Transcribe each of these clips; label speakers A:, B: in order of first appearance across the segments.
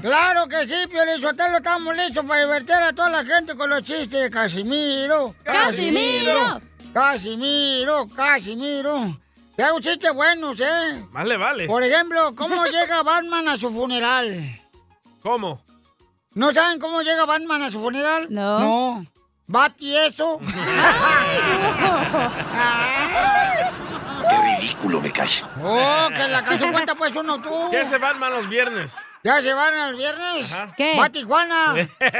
A: Claro que sí, Piolín Sotelo, estamos listos para divertir a toda la gente con los chistes de Casimiro.
B: ¡Casimiro!
A: Casimiro, Casimiro. Traigo chistes buenos, ¿eh?
C: Más le vale.
A: Por ejemplo, ¿cómo llega Batman a su funeral?
C: ¿Cómo?
A: ¿No saben cómo llega Batman a su funeral?
B: No.
A: No. ¿Bati eso?
D: Qué ridículo me cae.
A: ¡Oh, que la canción cuenta pues uno tú!
C: ¿Qué se van malos viernes?
A: ¿Ya se van el viernes?
C: Ajá.
B: ¿Qué?
A: ¡Va a Tijuana!
D: Qué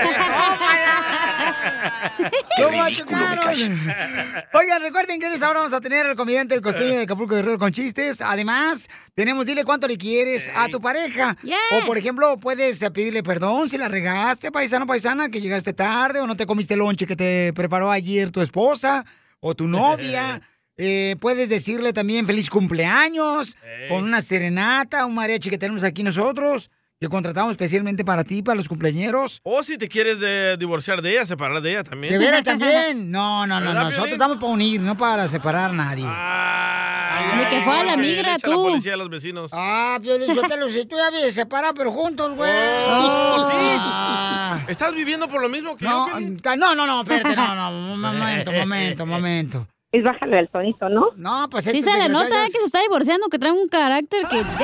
A: ¡Toma,
D: ridículo me cae.
A: Oigan, recuerden que en esta hora vamos a tener al comediante El costeño de Acapulco Guerrero con chistes. Además, tenemos dile cuánto le quieres a tu pareja.
B: Yes.
A: O, por ejemplo, puedes eh, pedirle perdón si la regaste, paisano, paisana, que llegaste tarde o no te comiste el lonche que te preparó ayer tu esposa o tu novia. Eh, puedes decirle también feliz cumpleaños
C: Ey.
A: con una serenata, un mariachi que tenemos aquí nosotros, que contratamos especialmente para ti, para los cumpleañeros.
C: O si te quieres de- divorciar de ella, separar de ella también.
A: De veras también. No, no, no,
C: ¿Verdad,
A: no. Nosotros
C: Piolín?
A: estamos para unir, no para separar a nadie.
C: Ay,
B: Ni que fuera la
C: porque le
B: migra,
C: echa la
B: tú.
C: policía a los vecinos.
A: Ah, Piolín, yo te lo si tú ya vives separado, pero juntos, güey.
C: Oh, sí.
A: Ah.
C: ¿Estás viviendo por lo mismo que
A: No,
C: yo? Piolín?
A: ah, no, no, no, espérate, no, no, un momento, momento, momento.
E: Es bájale al tonito, ¿no?
A: No, pues...
B: Sí
A: este
B: se le
A: desgraciado
B: nota
A: ya
B: eh, que se está divorciando, que trae un carácter que... ¡Dang!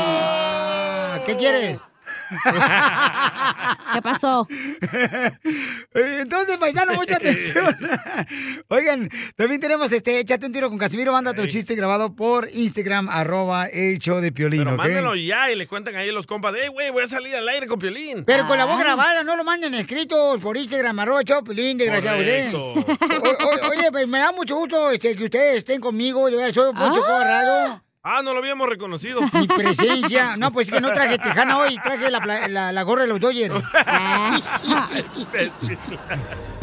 A: Ah, ¿Qué quieres?
B: ¿Qué pasó?
A: Eh, Entonces, paisano, mucha atención. Oigan, también tenemos este, échate un tiro con Casimiro, manda tu
C: Ey.
A: chiste grabado por Instagram, arroba el show de Piolín,
C: Pero
A: ¿ok?
C: mándenlo ya y le cuentan ahí los compas de, hey, güey, voy a salir al aire con Piolín.
A: Pero con la voz
B: Ah.
A: grabada, no lo manden escritos por Instagram, arroba Choplin, desgraciado.
C: Correcto.
A: ¿sí? O- o- Oye, pues me da mucho gusto este, que ustedes estén conmigo, yo soy Poncho Corrado.
C: Ah, no lo habíamos reconocido.
A: Mi presencia. No, pues es que no traje tejana hoy, traje la, pla- la- la gorra de los Dodgers.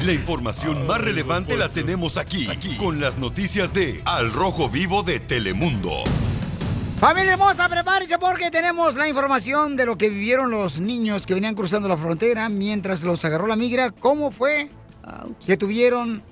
F: La información más relevante la tenemos aquí, aquí, con las noticias de Al Rojo Vivo de Telemundo.
A: Familia hermosa, prepárense porque tenemos la información de lo que vivieron los niños que venían cruzando la frontera mientras los agarró la migra. ¿Cómo fue que tuvieron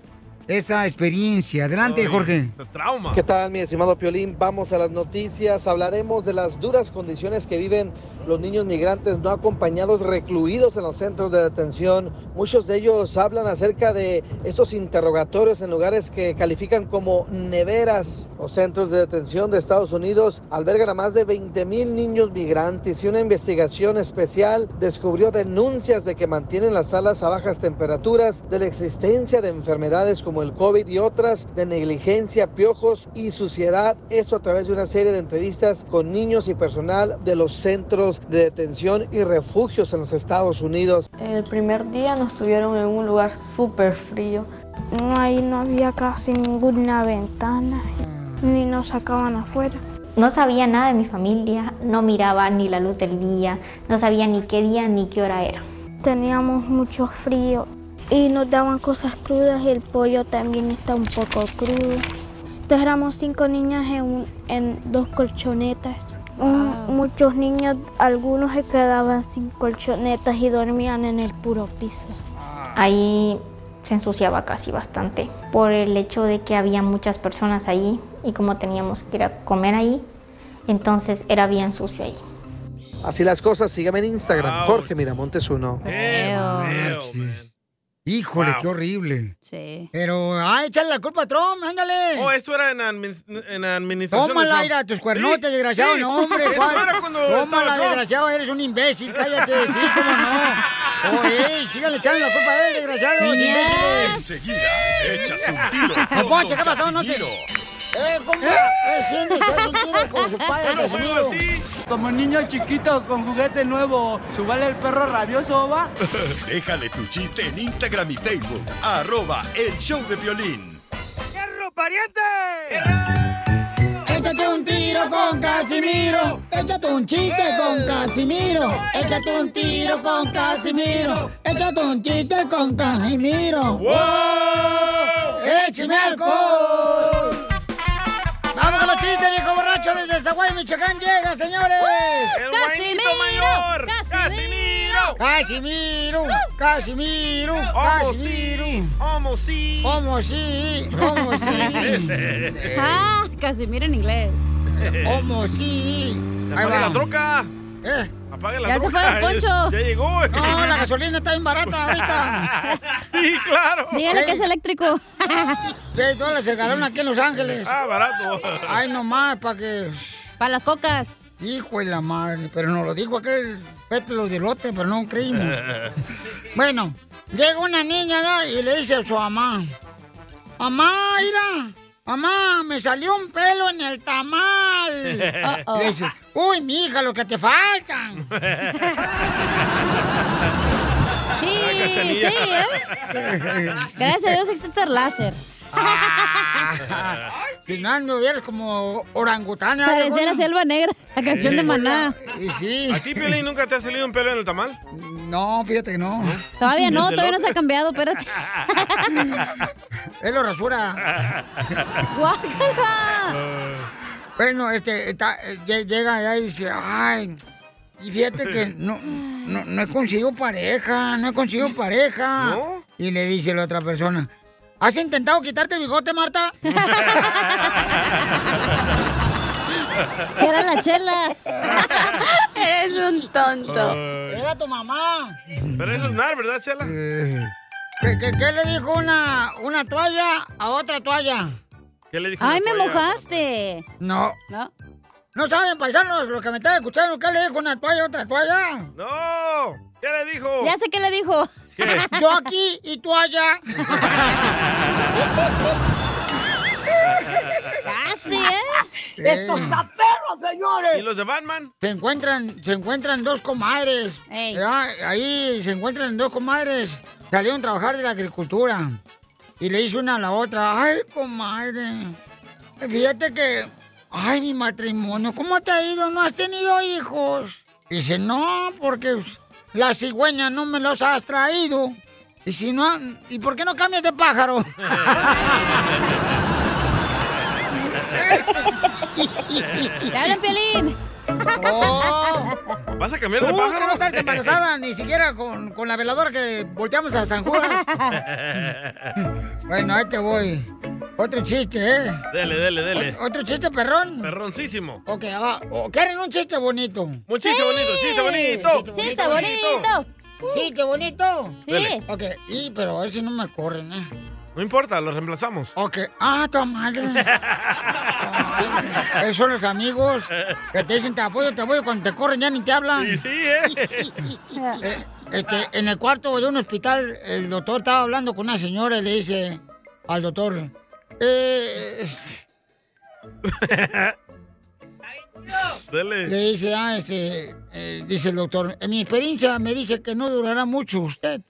A: esa experiencia? Adelante,
C: Ay,
A: Jorge.
C: de Trauma.
G: ¿Qué tal, mi estimado Piolín? Vamos a las noticias. Hablaremos de las duras condiciones que viven los niños migrantes no acompañados, recluidos en los centros de detención. Muchos de ellos hablan acerca de estos interrogatorios en lugares que califican como neveras. Los centros de detención de Estados Unidos albergan a más de 20 mil niños migrantes y una investigación especial descubrió denuncias de que mantienen las salas a bajas temperaturas, de la existencia de enfermedades como el COVID y otras, de negligencia, piojos y suciedad. Esto a través de una serie de entrevistas con niños y personal de los centros de detención y refugios en los Estados Unidos.
H: El primer día nos tuvieron en un lugar súper frío.
I: Ahí no había casi ninguna ventana, ni nos sacaban afuera.
J: No sabía nada de mi familia, no miraba ni la luz del día, no sabía ni qué día ni qué hora era.
I: Teníamos mucho frío y nos daban cosas crudas. El pollo también está un poco crudo. Entonces éramos cinco niñas en, un- en dos colchonetas. Un- Muchos niños, algunos se quedaban sin colchonetas y dormían en el puro piso.
J: Ahí se ensuciaba casi bastante por el hecho de que había muchas personas ahí y como teníamos que ir a comer ahí, entonces era bien sucio ahí.
G: Así las cosas, síganme en Instagram,
C: Ouch.
G: Jorge Miramontes uno.
C: Eh,
B: Feo.
C: feo, man.
A: Híjole,
C: Wow.
A: qué horrible.
B: Sí.
A: Pero, ay, échale la culpa a Trump, ándale.
C: Oh, esto era en, admin- en administración. de
A: Tómala,
C: Trump.
A: mira, tus cuernotes,
C: Sí,
A: desgraciado,
C: sí.
A: no, hombre.
C: Eso
A: ¿cuál?
C: era cuando estaba
A: Tómala,
C: Trump.
A: desgraciado, eres un imbécil, cállate, sí, cómo no. Oye, sígale echando la culpa a él, desgraciado. los
B: Niña.
A: imbéciles.
F: Enseguida, échate un tiro
A: No,
F: con
A: Poncho,
F: Don
A: ¿qué pasó? No sé.
F: Casimiro.
A: Eh, compa, eh, siéntese, haz un tiro con su padre,
C: Yo no juego
A: Casimiro.
C: así.
K: Como niño chiquito con juguete nuevo, subale el perro rabioso, va.
F: Déjale tu chiste en Instagram y Facebook, arroba el show de violín.
A: Échate un tiro con Casimiro. Échate un chiste con Casimiro. Échate un tiro con Casimiro. Échate un chiste con Casimiro.
C: ¡Wow!
A: ¡Échame alcohol! ¡Vamos con los chistes, viejo borracho! Desde Zaguay, Michoacán llega, señores.
C: ¡El guainito
B: ¡Casimiro!
C: mayor!
B: ¡Casimiro!
A: Casimiro, Casimiro,
C: ¡Homo
A: Casimiro.
C: Oh, sí! ¡Homo sí!
A: ¿Cómo sí? ¿Cómo sí?
B: Ah, Casimiro en inglés.
A: ¿Cómo sí?
C: ¡Te
A: Ahí
C: apaga
A: va.
C: la troca!
A: Eh,
C: Apaga la
B: Ya se fue
C: bruja,
B: el poncho.
C: Ya, ya llegó.
B: No, la gasolina está bien barata ahorita.
C: sí, claro.
B: Dígale que es eléctrico.
A: 10 dólares el galón aquí en Los Ángeles.
C: Ah, barato.
A: Ay, nomás, para que.
B: Para las cocas.
A: Hijo de la madre. Pero nos lo dijo aquel pétalo de lote, pero no creímos. Bueno, llega una niña ¿no? y le dice a su mamá: Mamá, mira, mamá, me salió un pelo en el tamal. Ah,
D: Uh-oh.
A: Le dice: Uy, mija, lo que te faltan.
B: Sí, sí,
D: Cachanilla.
B: ¿eh? Gracias a Dios existe el láser.
A: Fernando, eres como orangután. ¿eh?
B: Pareciera
A: Bueno.
B: Selva Negra, la canción de Maná.
A: Y sí.
C: ¿A ti, Piolín, nunca te ha salido un pelo en el tamal?
A: No, fíjate que no.
B: Todavía no, todavía no se ha cambiado, espérate.
A: Él lo rasura. Bueno, este, está- eh, lle- llega allá y dice, ay, y fíjate que no, no, no he conseguido pareja, no he conseguido pareja.
D: ¿No?
A: Y le dice la otra persona, ¿has intentado quitarte el bigote, Marta?
B: Era la chela.
H: Eres un tonto.
A: Era tu mamá.
C: Pero eso es nar, ¿verdad, Chela?
A: Eh. ¿Qué, qué- qué le dijo una, una toalla a otra toalla?
C: ¿Qué le dijo
A: Ay,
C: la
A: me
C: toalla?
A: mojaste. No.
B: No.
A: No saben, paisanos, lo que me están escuchando, ¿qué le dijo una toalla a otra toalla?
C: ¡No! ¿Qué le dijo?
B: Ya sé qué le dijo.
A: Yo aquí y tú allá.
B: Casi, ¿eh?
A: Estos perros, señores.
C: ¿Y los de Batman?
A: Se encuentran, se encuentran dos comadres. ¿verdad? Ahí se encuentran dos comadres. Salieron a trabajar de la agricultura. Y le hizo una a la otra. Ay, comadre. Fíjate que. Ay, mi matrimonio. ¿Cómo te ha ido? ¿No has tenido hijos? Dice, no, porque las cigüeñas no me los has traído. Y si no, ¿y por qué no cambias de pájaro?
B: ¡Te hablan, Piolín!
C: Oh. ¿Vas a cambiar
A: Tú
C: de
A: que
C: pájaro?
A: no Oh. Uh, estás embarazada ni siquiera con, con la veladora que volteamos a San Judas. Bueno, ahí te voy. Otro chiste, ¿eh?
C: dele, dele, dele.
A: Otro chiste, perrón.
C: Perroncísimo.
A: Ok, ah, va. O- ¿Quieren Oh, un chiste bonito?
C: Un chiste bonito, chiste bonito.
B: Chiste bonito.
A: Chiste bonito.
C: Sí. Dale.
A: Ok, y, pero a ver si no me corren, ¿eh?
C: No importa, lo reemplazamos.
A: Ok. Ah, tu madre. Ay, Esos son los amigos que te dicen te apoyo, te apoyo, cuando te corren ya ni te hablan.
D: Sí, sí, ¿eh?
A: Eh, este, en el cuarto de un hospital, el doctor estaba hablando con una señora y le dice al doctor, eh, es- le
C: Dele.
A: dice, ah, este, eh, dice el doctor, en mi experiencia me dice que no durará mucho usted.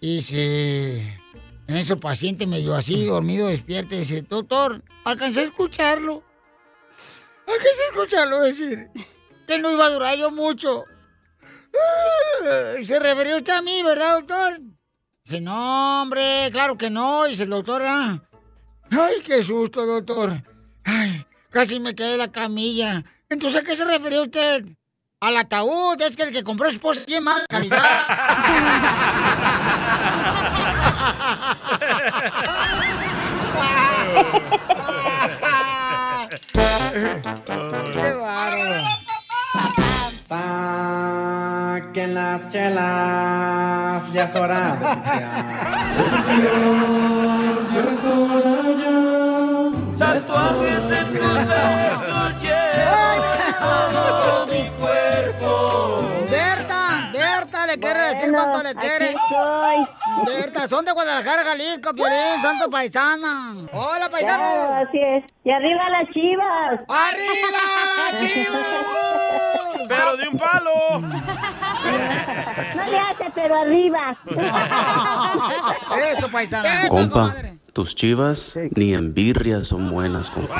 A: Y dice, en eso el paciente medio así, dormido, despierta, y dice, doctor, alcancé a escucharlo. Alcancé a escucharlo decir que no iba a durar yo mucho. Se refería usted a mí, ¿verdad, doctor? Dice, no, hombre, claro que no. Dice el doctor, ah, ay, qué susto, doctor. Ay, casi me quedé en la camilla. Entonces, ¿a qué se refería usted? Al ataúd, es que el que compró su esposa tiene mala calidad. ¡Qué bárbaro!
E: Saquen las chelas, ya es hora de
D: Tatuajes de tu beso llevo todo mi cuerpo.
A: Berta, Berta, le quiere decir cuánto le quiere. Berta, son de Guadalajara, Jalisco, Piolín, son tu paisana. Hola, paisana.
L: Claro, así es. Y arriba las chivas.
A: ¡Arriba las chivas!
C: Pero de un palo.
L: No le hace, pero arriba.
A: Eso, paisana.
M: Compa, tus chivas ni en birria son buenas, compa.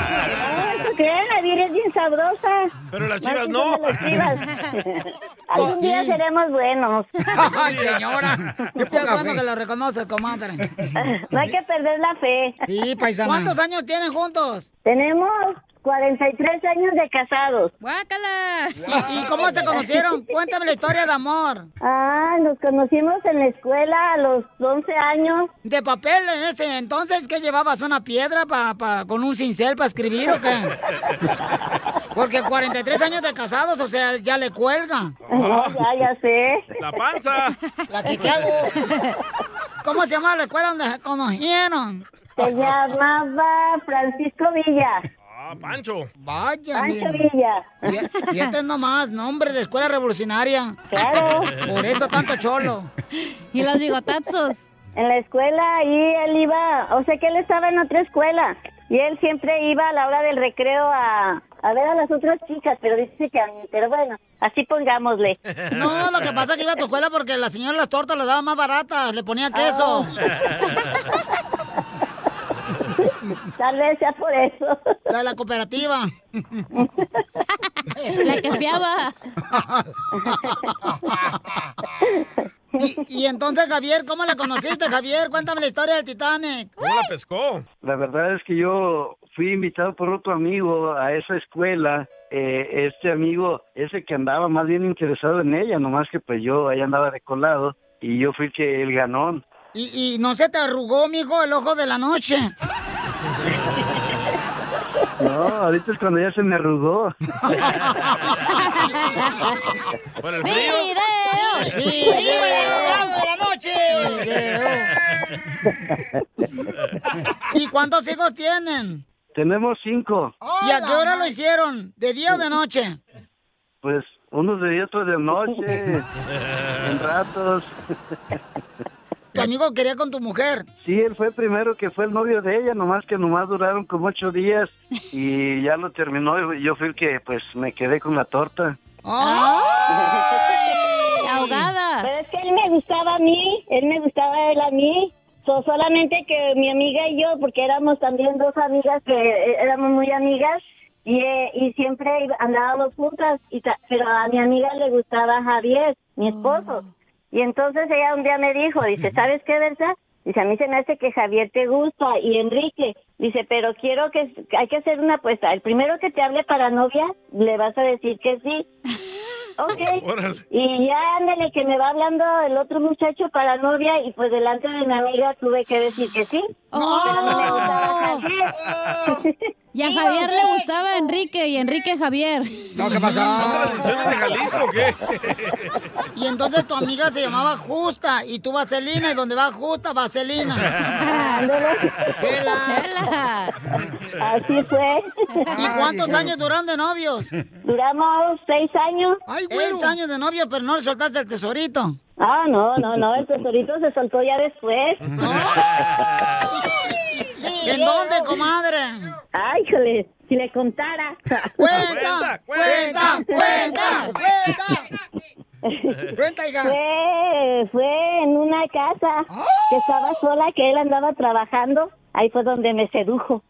L: Porque la vida es bien sabrosa.
C: Pero las
L: Más
C: chivas
L: que
C: no. Oh,
L: son de las chivas. Algún día seremos buenos.
A: Ay, señora. Yo cuando que lo reconoces, comadre.
L: No hay que perder la fe.
A: Sí, paisana. ¿Cuántos años tienen juntos?
L: Tenemos 43 años de casados.
B: ¡Guácala!
A: ¿Y, y cómo se conocieron? Cuéntame la historia de amor.
L: Ah, nos conocimos en la escuela a los 11 años.
A: ¿De papel en ese entonces que llevabas una piedra pa, pa- con un cincel para escribir o qué? Porque 43 años de casados, o sea, ya le cuelga.
L: ya, ya sé.
A: La
L: panza.
A: La que te hago. ¿Cómo se llama la escuela donde se conocieron?
L: Se llamaba Francisco Villa.
C: Ah, Pancho.
A: Vaya.
L: Pancho
A: mira.
L: Villa.
A: Y- Y este es nomás, nombre de escuela revolucionaria.
L: Claro.
A: Por eso tanto cholo.
L: ¿Y los bigotazos? En la escuela, y él iba, o sea que él estaba en otra escuela. Y él siempre iba a la hora del recreo a, a ver a las otras chicas, pero dice que a mí, pero bueno, así pongámosle.
A: No, lo que pasa es que iba a tu escuela porque la señora las tortas las daba más baratas, le
L: Oh.
A: ponía queso.
L: Tal vez sea por eso.
A: La de la cooperativa.
B: La que fiaba.
A: Y, y entonces, Javier, ¿cómo la conociste, Javier? Cuéntame la historia del Titanic.
C: ¿Cómo la pescó?
N: La verdad es que yo fui invitado por otro amigo a esa escuela. Eh, este amigo es el que andaba más bien interesado en ella, nomás que pues yo ahí andaba de colado y yo fui que el ganón.
A: Y, y no se te arrugó, mijo, el ojo de la noche.
N: No, ahorita es cuando ya se me arrugó.
C: Por el
B: ¡Video!
A: ¡Video! de la noche! ¿Y cuántos hijos tienen?
N: Tenemos cinco,
A: ¿Y a qué hora lo hicieron? ¿De día o de noche?
N: pues unos de día, otros de noche, en ratos.
L: Eh.
A: Tu amigo quería con tu mujer.
N: Sí, él fue el primero que fue el novio de ella, nomás que nomás duraron como ocho días y ya lo terminó y yo fui el que pues me quedé con la torta.
B: Ahogada.
L: Pero es que él me gustaba a mí, él me gustaba él a mí. So, solamente que mi amiga y yo, porque éramos también dos amigas que eh, éramos muy amigas y, eh, y siempre iba- andábamos juntas, y ta- pero a mi amiga le gustaba Javier, mi esposo. Y entonces ella un día me dijo, dice, ¿sabes qué, Berta? Dice, a mí se me hace que Javier te gusta y Enrique. Dice, pero quiero que, hay que hacer una apuesta. El primero que te hable para novia, le vas a decir que sí. Ok. Y ya ándale que me va hablando el otro muchacho para novia y pues delante de mi amiga tuve que decir que sí.
A: ¡Oh!
L: Pero no me gustaba Javier.
B: Y a Javier le gustaba a Enrique y Enrique a Javier.
A: No, ¿qué pasó?
C: ¿Tradiciones de Jalisco o qué?
A: Y entonces tu amiga se llamaba Justa y tú Vaselina y donde va Justa,
L: Ah,
A: Vaselina. Chela.
L: Así fue.
A: ¿Y cuántos años Ah. duraron de novios?
L: Duramos seis años.
A: Ay, Seis años de novios, pero no le soltaste el tesorito.
L: Ah, no, no, no, el tesorito se soltó ya después.
A: ¿En dónde, comadre?
L: Ay, híjole, si le contara.
A: ¡Cuenta,
D: cuenta,
A: cuenta,
L: Fue, fue en una casa
A: ¡Oh!
L: que estaba sola, que él andaba trabajando. Ahí fue donde me sedujo.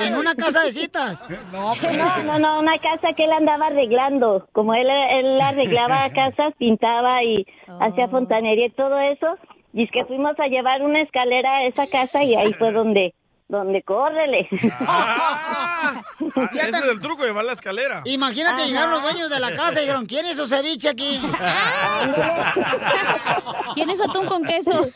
A: ¿En una casa de citas? No,
L: No, no, no, una casa que él andaba arreglando. Como él, él arreglaba casas, pintaba y hacía fontanería y todo eso. Y es que fuimos a llevar una escalera a esa casa y ahí fue donde, donde córrele.
C: Ah, ese es el truco, llevar la escalera.
A: Imagínate
L: Ajá.
A: llegaron los dueños de la casa y dijeron, ¿quién hizo ceviche aquí?
B: ¿Quién hizo atún con queso?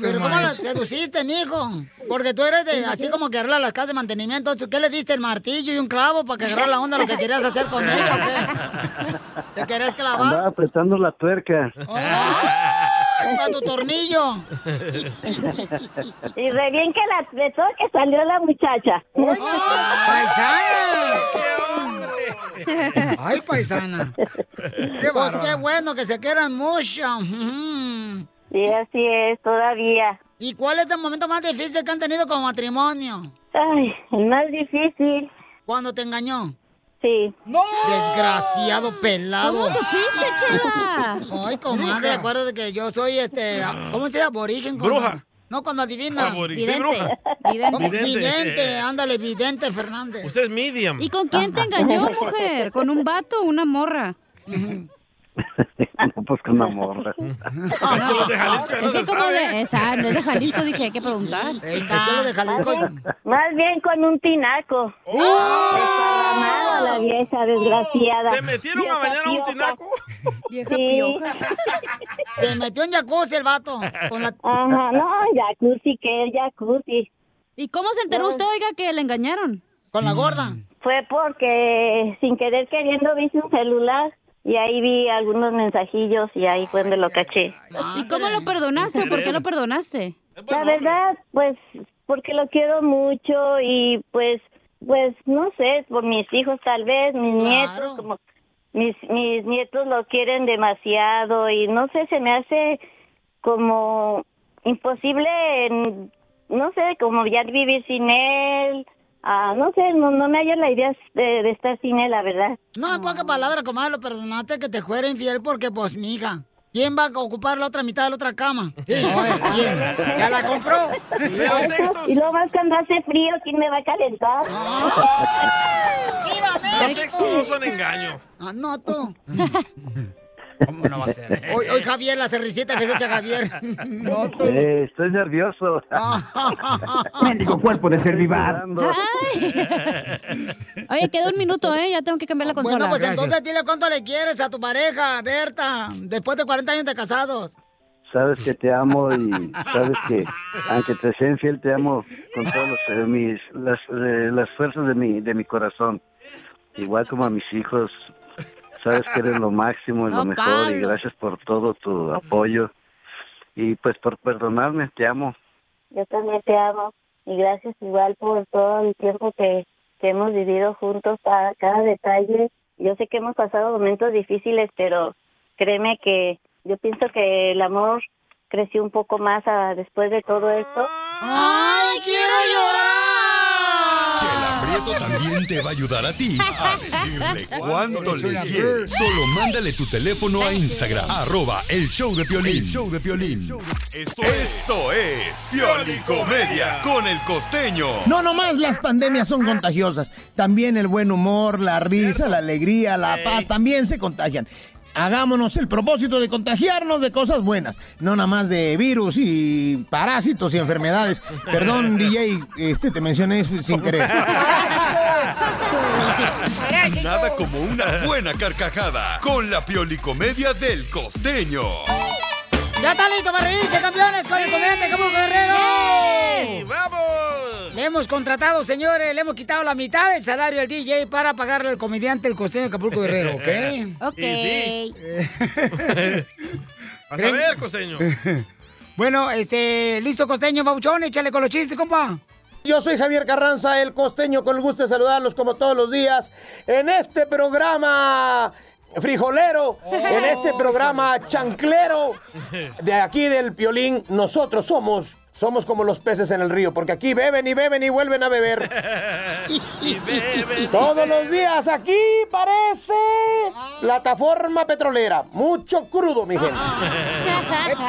A: Pero ¿cómo la seduciste, mijo? Porque tú eres de, así como que arregla las casas de mantenimiento. ¿Tú ¿Qué le diste? ¿El martillo y un clavo para que agarrar la onda lo que querías hacer con ella? o qué? ¿Te querías clavar
N: Andaba apretando la tuerca.
A: Oh. para tu tornillo?
L: Y re bien que la apretó que salió la muchacha.
A: ¡Paisana! ¡Ay, paisana! Qué, pues, qué bueno que se quieran mucho.
L: Sí, así es, todavía.
A: ¿Y cuál es el momento más difícil que han tenido como matrimonio?
L: Ay, el más difícil.
A: ¿Cuándo te engañó?
L: Sí.
A: ¡No! Desgraciado pelado.
B: ¿Cómo supiste, Chela?
A: Ay, comadre,
B: Bruja.
A: acuérdate que yo soy este. ¿Cómo se llama? Aborigen. cuando-
D: Bruja.
A: No, cuando adivina.
D: Aborigen, Vidente. bruja.
A: Vidente.
D: Vidente.
A: vidente, ándale, vidente, Fernández.
C: Usted es medium.
B: ¿Y con quién te engañó, mujer? ¿Con un vato o una morra?
N: No, pues con una morra.
A: Pues
B: Es que como
A: eh,
B: de... Esa, Ah, no es de Jalisco, dije, hay que preguntar.
L: Más bien, más bien con un tinaco.
A: ¡Oh!
L: Desparramada la vieja desgraciada.
A: ¿Te metieron a bañar a un
L: tinaco?
B: Vieja
L: Sí.
B: pioja.
A: Se metió en jacuzzi el vato. Con la...
L: Ajá, no, jacuzzi, que es jacuzzi.
B: ¿Y cómo se enteró usted, oiga, que le engañaron?
A: Con la gorda.
L: Fue porque sin querer queriendo vi su celular y ahí vi algunos mensajillos y ahí fue donde lo caché.
B: ¿Y cómo lo perdonaste? ¿Por qué lo perdonaste?
L: La verdad, pues porque lo quiero mucho y pues, pues no sé, por mis hijos tal vez, mis nietos, como mis, mis nietos lo quieren demasiado y no sé, se me hace como imposible, en- no sé, como ya vivir sin él. Ah, no sé, no, no me halla la idea de, de estar sin él, la verdad.
A: No, en pocas palabras, comadre, lo perdonaste que te fuera infiel porque, pues, mija, ¿quién va a ocupar la otra mitad de la otra cama? Sí, joder, ¿quién? ¿Ya la compró?
L: Y lo más cuando hace frío, ¿quién me va a calentar?
C: Los textos no son engaño.
A: Ah, no, tú. ¿Cómo no va a ser? eh? Hoy, hoy Javier, la cerricita que se echa Javier. No, tú.
N: Eh, estoy nervioso.
A: Ah.
O: Mendigo cuerpo de servivar.
B: Oye, queda un minuto, ¿eh? Ya tengo que cambiar la consola.
A: Bueno, pues entonces dile cuánto le quieres a tu pareja, Berta, después de 40 años de casados.
N: Sabes que te amo y sabes que, aunque te sea infiel, te amo con todas mis, las, eh, las fuerzas de mi, de mi corazón. Igual como a mis hijos. Sabes que eres lo máximo y lo
D: No,
N: mejor y
D: Pablo.
N: gracias por todo tu apoyo. Y pues por perdonarme, te amo.
L: Yo también te amo y gracias igual por todo el tiempo que, que hemos vivido juntos, cada, cada detalle. Yo sé que hemos pasado momentos difíciles, pero créeme que yo pienso que el amor creció un poco más ah, después de todo esto.
A: ¡Ay, quiero llorar!
F: Prieto también te va a ayudar a ti a decirle cuánto le quieres. Solo mándale tu teléfono a Instagram, arroba el show de Piolín.
G: El
F: show de Piolín. Esto, esto es Piolicomedia con el costeño.
G: No, nomás las pandemias son contagiosas. También el buen humor, la risa, la alegría, la paz también se contagian. Hagámonos el propósito de contagiarnos de cosas buenas, no nada más de virus y parásitos y enfermedades. Perdón, DJ, este te mencioné sin querer.
F: Nada como una buena carcajada con la Piolicomedia del costeño.
A: Ya está listo para reírse, campeones, con el comediante Camuco Guerrero. ¡Vamos! Le hemos contratado, señores, le hemos quitado la mitad del salario al DJ para pagarle al comediante el costeño de Capulco Guerrero, ¿ok?
B: Ok.
C: Y Vas a
A: ¿Creen-
C: ver, costeño.
A: Bueno, este, listo, costeño, babuchón, échale con los chistes, compa.
O: Yo soy Javier Carranza, el costeño, con el gusto de saludarlos como todos los días en este programa frijolero, en este programa chanclero de aquí del Piolín. Nosotros somos, somos como los peces en el río, porque aquí beben y beben y vuelven a beber. Todos los días aquí parece plataforma petrolera. Mucho crudo, mi gente.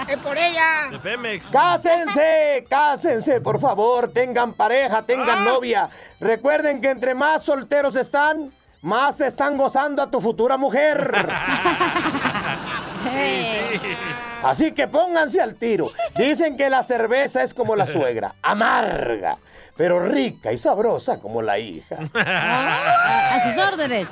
A: ¡Es por ella!
C: De Pemex.
O: Cásense, cásense, por favor, tengan pareja, tengan
B: Ah.
O: novia. Recuerden que entre más solteros están, más están gozando a tu futura mujer. Así que pónganse al tiro. Dicen que la cerveza es como la suegra, amarga, pero rica y sabrosa como la hija.
B: A sus órdenes.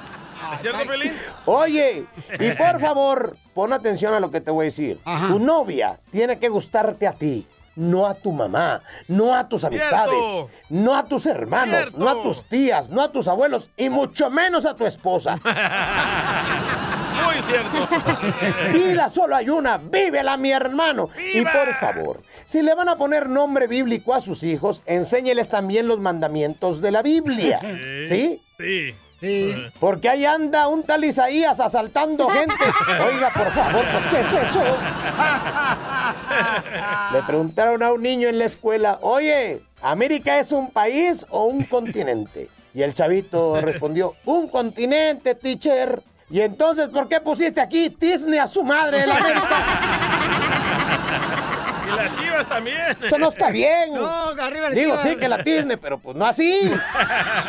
C: ¿Es cierto, Pelín?
O: Oye, y por favor, pon atención a lo que te voy a decir. Tu novia tiene que gustarte a ti, no a tu mamá, no a tus amistades,
D: Cierto.
O: no a tus hermanos,
D: Cierto.
O: no a tus tías, no a tus abuelos y mucho menos a tu esposa.
C: Muy cierto.
O: Vida solo hay una, vívela mi hermano. Y por favor, si le van a poner nombre bíblico a sus hijos, enséñeles también los mandamientos de la Biblia. ¿Sí?
C: Sí.
O: Porque ahí anda un tal Isaías asaltando gente. Oiga, por favor, pues ¿qué es eso? Le preguntaron a un niño en la escuela, oye, ¿América es un país o un continente? Y el chavito respondió, un continente, teacher. Y entonces, ¿por qué pusiste aquí Disney a su madre el América?
C: Y las chivas también.
O: Eso no está bien.
A: arriba las
O: Digo,
A: chivas.
O: sí, que la Disney, pero pues no así.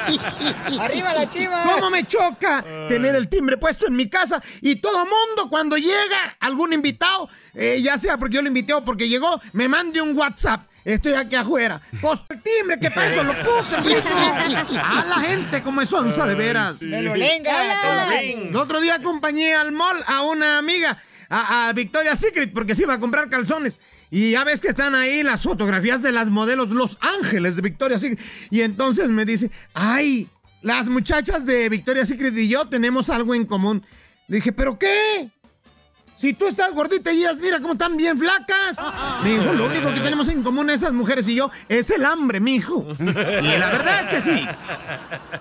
A: ¡Arriba la chiva!
O: ¿Cómo
G: me choca tener el timbre puesto en mi casa y todo mundo cuando llega algún invitado, eh, ya sea porque yo lo invité o porque llegó, me mande un WhatsApp. Estoy aquí afuera. Pues el timbre, que para eso lo puse, mijo. A la gente como es onza, de veras.
D: Me lo lenga, Hola. todo bien.
G: El otro día acompañé al mall a una amiga.
O: a, a Victoria's Secret porque se iba a comprar calzones. Y ya ves que están ahí las fotografías de las modelos Los Ángeles de Victoria's Secret. Y entonces me dice, ay, las muchachas de Victoria's Secret y yo tenemos algo en común. Le dije, ¿pero qué? Si tú estás gordita y ellas, mira cómo están bien flacas. Me dijo, lo único que tenemos en común esas mujeres y yo es el hambre, mijo. Y la verdad es que sí.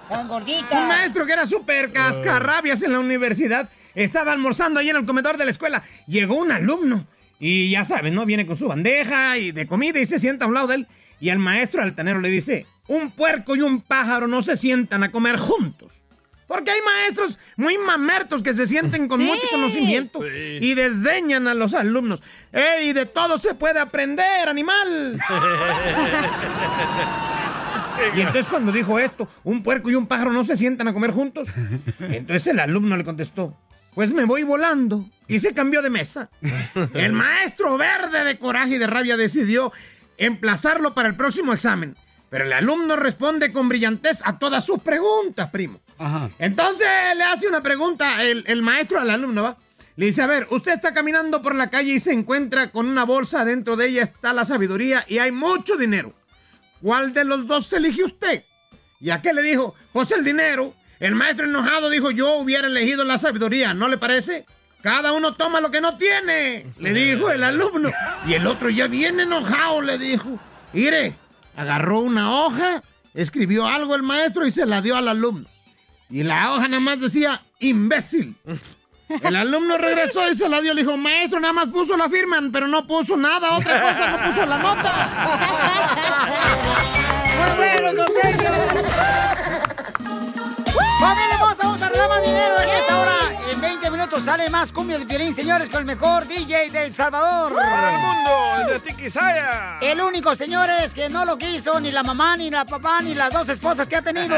A: Tan gordita.
O: Un maestro que era súper cascarrabias en la universidad estaba almorzando ahí en el comedor de la escuela. Llegó un alumno y ya sabes, ¿no? Viene con su bandeja y de comida y se sienta a un lado de él. Y al maestro altanero le dice, un puerco y un pájaro no se sientan a comer juntos. Porque hay maestros muy mamertos que se sienten con
D: Sí.
O: mucho conocimiento
D: Sí.
O: y desdeñan a los alumnos. ¡Ey, de todo se puede aprender, animal! Y entonces cuando dijo esto, un puerco y un pájaro no se sientan a comer juntos. Entonces el alumno le contestó, pues me voy volando. Y se cambió de mesa. El maestro verde de coraje y de rabia decidió emplazarlo para el próximo examen. Pero el alumno responde con brillantez a todas sus preguntas, primo.
D: Ah,
O: Entonces le hace una pregunta el, el maestro al alumno, ¿va? Le dice, a ver, usted está caminando por la calle y se encuentra con una bolsa, dentro de ella está la sabiduría y hay mucho dinero. ¿Cuál de los dos elige usted? ¿Y a qué le dijo? Pues el dinero. El maestro enojado dijo, yo hubiera elegido la sabiduría, ¿no le parece? Cada uno toma lo que no tiene, le dijo el alumno. Y el otro ya bien enojado le dijo, mire, agarró una hoja, escribió algo el maestro y se la dio al alumno. Y la hoja nada más decía, imbécil. El alumno regresó y se la dio, le dijo, maestro, nada más puso la firma, pero no puso nada, otra cosa, no puso la nota.
A: ¡Muy bueno, costeño! ¡Familia hermosa! Vamos a arreglar más dinero en esta hora. En 20 minutos sale más cumbias de violín, señores, con el mejor DJ del Salvador. ¡Para el mundo!
C: ¡Es de Tiki Saya!
A: El único, señores, que no lo quiso ni la mamá, ni la papá, ni las dos esposas que ha tenido.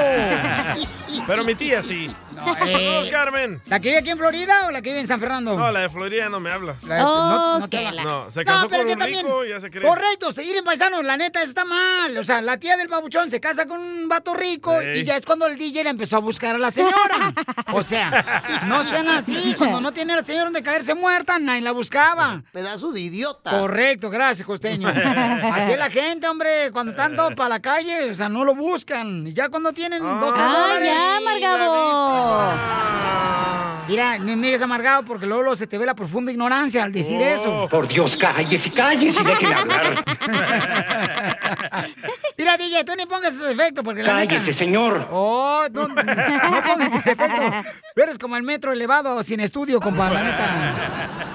C: Pero mi tía sí.
A: No, eh.
C: Saludos, Carmen.
A: ¿La que vive aquí en Florida o la que vive en San Fernando?
C: No, la de Florida no me habla.
A: La de- no- no te habla.
C: No, se
A: No,
C: casó
A: pero
C: con
A: que
C: un
A: también-
C: rico, ya se cree.
A: Correcto, seguir en paisanos, la neta, eso está mal. O sea, la tía del babuchón se casa con un vato rico
C: Ey.
A: y ya es cuando el DJ le empezó a buscar a la señora. O sea, no sean así. Cuando no tiene la señora donde caerse muerta, nadie la buscaba.
O: Pedazo de idiota.
A: Correcto, gracias, costeño. Así es la gente, hombre, cuando tanto para la calle, o sea, no lo buscan. Y Ya cuando tienen dos, tres
B: Ah,
A: dólares,
B: ya,
A: sí, la
B: amargado.
A: vista. Mira, no me digas amargado porque luego, luego se te ve la profunda ignorancia al
C: Oh.
A: decir eso.
P: Oh. Por Dios, cállese, cállese y déjeme hablar.
A: Mira, DJ, tú ni pongas esos efectos porque la neta-
P: Cállese, señor.
A: Oh, no, no pongas ese efecto. Tú eres como el metro elevado sin estudio, compa, la neta.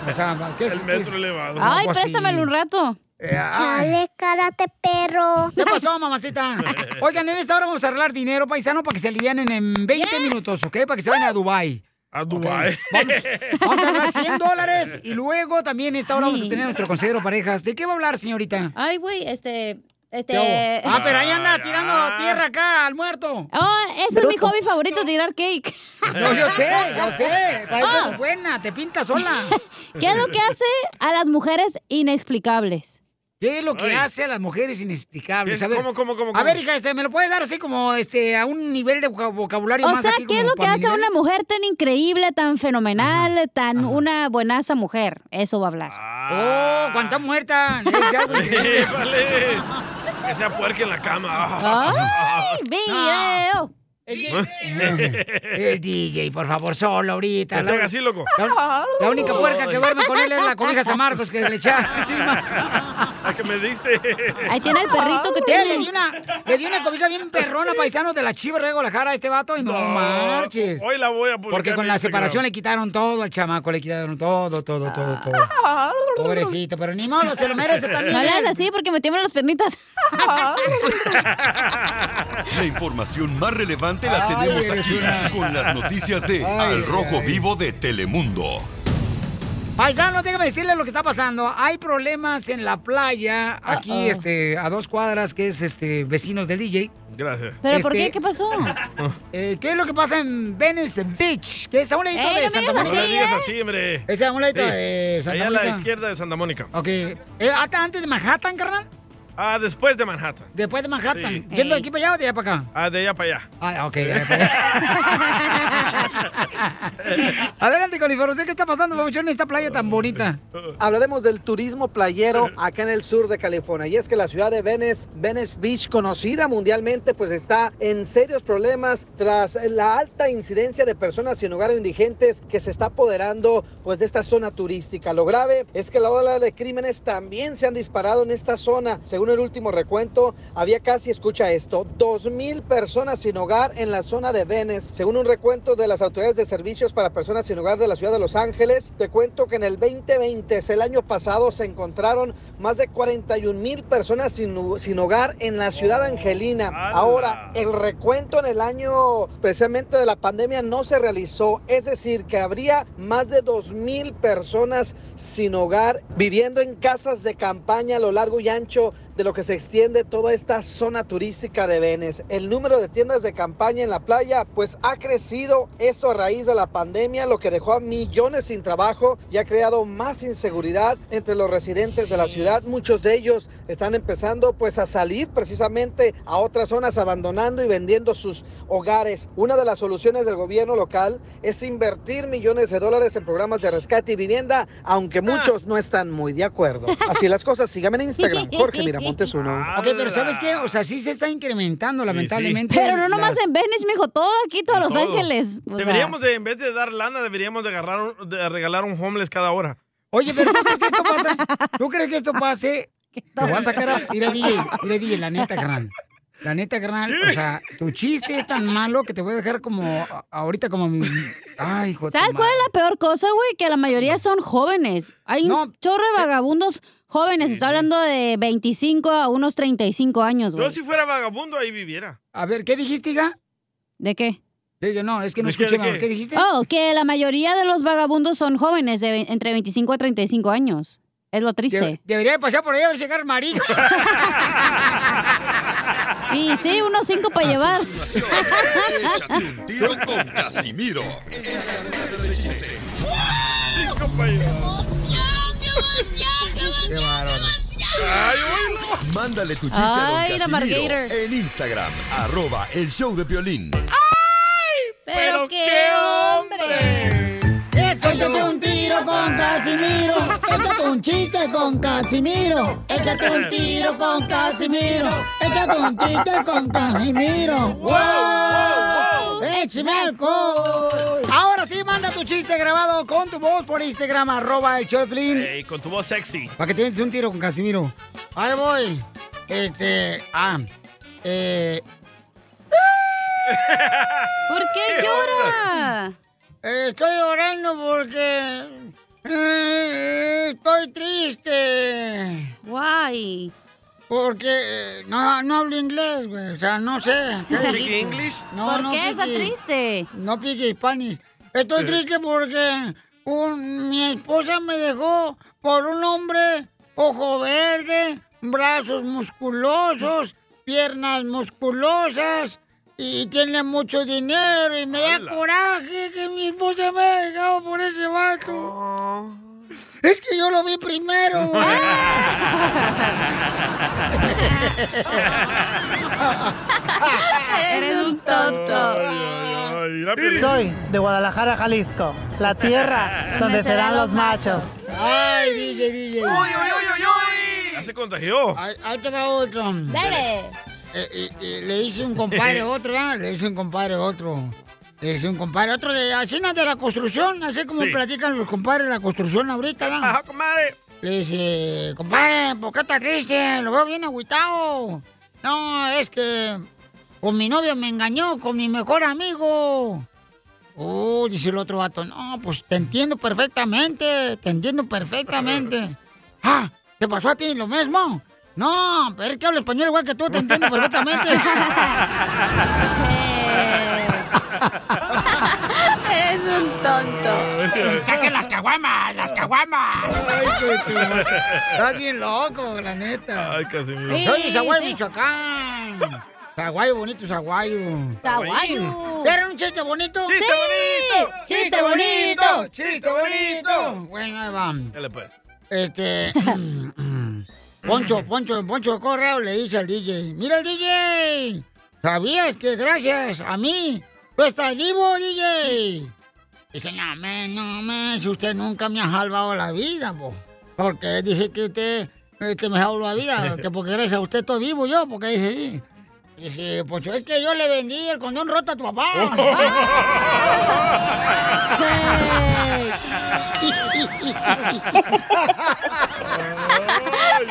A: O sea, ¿qué es?
C: El
A: qué es?
C: metro elevado.
B: Ay,
A: pues sí.
B: préstamelo un rato.
A: Chale,
B: cárate, perro.
A: ¿Qué pasó, mamacita? Oigan, en esta hora vamos a arreglar dinero, paisano, para que se alivianen en 20 minutos, ¿ok? Para que se vayan a Dubai.
C: A Dubái.
A: Vamos, vamos a arreglar 100 dólares y luego también en esta hora vamos a tener nuestro consejero parejas. ¿De qué va a hablar, señorita?
B: Ay, güey, este.
A: ¿Qué
B: Este.
A: hubo? Ah, pero ahí anda tirando tierra acá al muerto.
B: Oh, ese es mi hobby favorito, tirar cake. Oh.
A: No, yo sé, yo sé. Para eso eres buena, te pintas sola.
B: ¿Qué es lo que hace a las mujeres inexplicables?
A: ¿Qué es lo que hace a las mujeres inexplicables? A ver,
B: ¿Cómo, cómo, cómo,
A: A
B: cómo?
A: ver, hija, este, ¿me lo puedes dar así como este, a un nivel de vocab- vocabulario
B: O
A: más
B: sea,
A: aquí
B: ¿qué es
A: como
B: lo que
A: para mi
B: hace a
A: nivel?
B: una mujer tan increíble, tan fenomenal, tan una buenaza mujer? Eso va a hablar.
A: ¡Oh, cuánta muerta!
C: Sí, vale. Que sea puerca en la cama.
A: Ah,
B: ¡Ay, video!
O: Eh,
A: El DJ, por favor, solo ahorita.
C: Que te haga así, loco.
A: La, la única puerca que duerme con él es la coneja San Marcos que le echa encima.
C: La que me diste.
A: Ahí tiene el perrito que tiene. Le di una, le di una cobija bien perrona, paisano, de la chiva de Guadalajara a este vato y no, marches.
C: Hoy la voy a publicar.
A: Porque con
C: en
A: la
C: Instagram.
A: separación le quitaron todo al chamaco, le quitaron todo, todo, todo, todo. Pobrecito, pero ni modo, se lo merece también. ¿eh?
B: No le
A: él.
B: hagas así porque me tiemblan las pernitas.
F: La información más relevante la
B: Ay,
F: tenemos
B: eres
F: aquí
B: una-
F: con las noticias
A: Ay,
F: de Al
A: ay,
F: Rojo Vivo de Telemundo.
A: Paisano, déjame decirles lo que está pasando. Hay problemas en la playa, aquí,
C: Ah,
B: Uh-oh.
A: este, a dos cuadras, que es este, vecinos del DJ.
C: Gracias.
B: ¿Pero por qué?
A: Este-
B: ¿Qué pasó?
A: Eh, ¿Qué es lo que pasa en Venice Beach? Que es a un ladito
B: Ey,
A: de
B: no me
A: Santa
C: No
B: digas ¿eh?
A: Mónica.
C: le digas así, hombre.
A: Es a un ladito de Santa
C: Allá a la
A: Mónica.
C: izquierda de Santa Mónica.
A: ah, Ok. Eh, ¿hasta antes de Manhattan, carnal?
C: Ah, después de Manhattan.
A: Después de Manhattan.
C: Sí.
A: ¿Yendo de aquí para allá o de allá para acá?
C: Ah, de allá para allá.
A: Ah, ok. Adelante, con la información. ¿Qué está pasando, Pabuchón, en esta playa tan bonita?
G: Hablaremos del turismo playero acá en el sur de California. Y es que la ciudad de Venice, Venice Beach, conocida mundialmente, pues está en serios problemas tras la alta incidencia de personas sin hogar o indigentes que se está apoderando pues de esta zona turística. Lo grave es que la ola de crímenes también se han disparado en esta zona. Según el último recuento, había casi, escucha esto, 2.000 personas sin hogar en la zona de Venice. Según un recuento de las autoridades de servicios para personas sin hogar de la ciudad de Los Ángeles, te cuento que en el 2020, es el año pasado, se encontraron más de 41.000 personas sin, hu- sin hogar en la ciudad angelina. Ahora, el recuento en el año precisamente de la pandemia no se realizó, es decir, que habría más de 2.000 personas sin hogar viviendo en casas de campaña a lo largo y ancho de lo que se extiende toda esta zona turística de Venice. El número de tiendas de campaña en la playa pues ha crecido esto a raíz de la pandemia, lo que dejó a millones sin trabajo y ha creado más inseguridad entre los residentes de la ciudad. Muchos de ellos están empezando pues a salir precisamente a otras zonas abandonando y vendiendo sus hogares. Una de las soluciones del gobierno local es invertir millones de dólares en programas de rescate y vivienda, aunque muchos no están muy de acuerdo. Así las cosas, síganme en Instagram, Jorge Miramontes uno.
A: Ok, pero ¿sabes qué? O sea, sí se está incrementando, lamentablemente.
B: Pero no nomás
A: las-
B: en Venice, mijo, todo aquí, todos Los
C: Todo.
B: Ángeles. O sea,
C: deberíamos de, en vez de dar lana, deberíamos de, agarrar un- de regalar un homeless cada hora.
A: Oye, pero ¿tú crees que esto pasa? ¿Tú crees que esto pase? Te voy a sacar a... Mira, DJ, mira, DJ, la neta, carnal. La neta, carnal, o sea, tu chiste es tan malo que te voy a dejar como... a- Ahorita como... mi- Ay, hijo de tu
B: ¿Sabes cuál es
A: madre.
B: la peor cosa, güey? Que la mayoría son jóvenes. Hay un chorro
A: Eh.
B: de vagabundos jóvenes. Estoy hablando de 25 a unos 35 años, Pues, güey.
C: Yo si fuera vagabundo, ahí viviera.
A: A ver, ¿qué dijiste, Iga?
B: ¿De qué?
A: Yo no, es que no
C: ¿De qué, de
A: escuché, mamá.
C: qué?
A: ¿qué dijiste?
B: Oh, que la mayoría de los vagabundos son jóvenes de ve- entre 25 a 35 años. Es lo triste.
A: Debe- debería de pasar por ahí a ver si agarra el marido.
B: Y sí, unos cinco
C: Ah,
B: para llevar.
F: Un tiro con Casimiro. Mándale tu chiste
D: Ay,
F: a
D: la
F: don Casimiro
D: Margator.
F: en Instagram, arroba el show de Piolín.
D: Pero qué hombre.
A: Eso Échate un tiro con Casimiro. Échate un chiste con Casimiro. Échate un tiro con Casimiro. Échate un chiste con Casimiro. ¡Wow! ¡Échame alcohol! Ahora sí, manda tu chiste grabado con tu voz por Instagram, arroba el Choplin.
C: Ey, con tu voz sexy.
A: Para que te des un tiro con Casimiro. Ahí voy. Este. Ah. Eh.
B: ¿Por qué llora?
A: Eh, estoy llorando porque. eh, estoy triste.
B: Guay.
A: Porque eh, no, no hablo inglés, güey. O sea, no sé.
D: ¿No speak English? ¿Por qué está
B: triste?
A: No pique Spanish. Estoy triste porque un- mi esposa me dejó por un hombre ojo verde, brazos musculosos, piernas musculosas y tiene mucho dinero y me da coraje que mi esposa me ha dejado por ese vato. Es que yo lo vi primero, güey.
D: Eres un tonto.
Q: Soy de Guadalajara, Jalisco, la tierra donde serán los machos.
A: Ay, DJ, DJ. Uy, uy, uy,
C: Ya se contagió.
A: Ahí, ahí te va otro.
B: Dale.
A: le hice un compadre a otro, ¿verdad? Le hice un compadre a otro. Le hice un compadre a otro de Hacienda de la Construcción, así como
D: Sí.
A: platican los compadres de la construcción ahorita, ¿verdad?
D: Ajá,
C: compadre.
A: Le dice, compadre, ¿por qué estás triste? Lo veo bien agüitado. No, es que con mi novia me engañó, con mi mejor amigo. Oh, dice el otro vato, no, pues te entiendo perfectamente, te entiendo perfectamente. Ah, ¿te pasó a ti lo mismo? No, pero es que hablo español igual que tú, te entiendo perfectamente.
D: Eres un tonto.
A: Saque las caguamas, las caguamas. Ay, qué Estás bien loco, la neta.
C: Ay, Casimiro.
A: Soy de Zaguayo, Michoacán. Zaguayo, bonito Zaguayo.
D: Zaguayo.
A: ¿Era un chiste bonito?
D: ¡Chiste Sí. bonito! ¡Chiste bonito!
A: ¡Chiste bonito! Bueno, ahí va.
C: Dale, pues.
A: Este... Poncho, Poncho, Poncho Corrao le dice al DJ, mira el DJ, ¿sabías que gracias a mí tú estás vivo, DJ? Dice, no, me, no, me, si usted nunca me ha salvado la vida, po. porque dice que usted este, me salvó la vida, que porque gracias a usted estoy vivo yo, porque dice, sí. Dice, pues, Poncho, es que yo le vendí el condón roto a tu papá.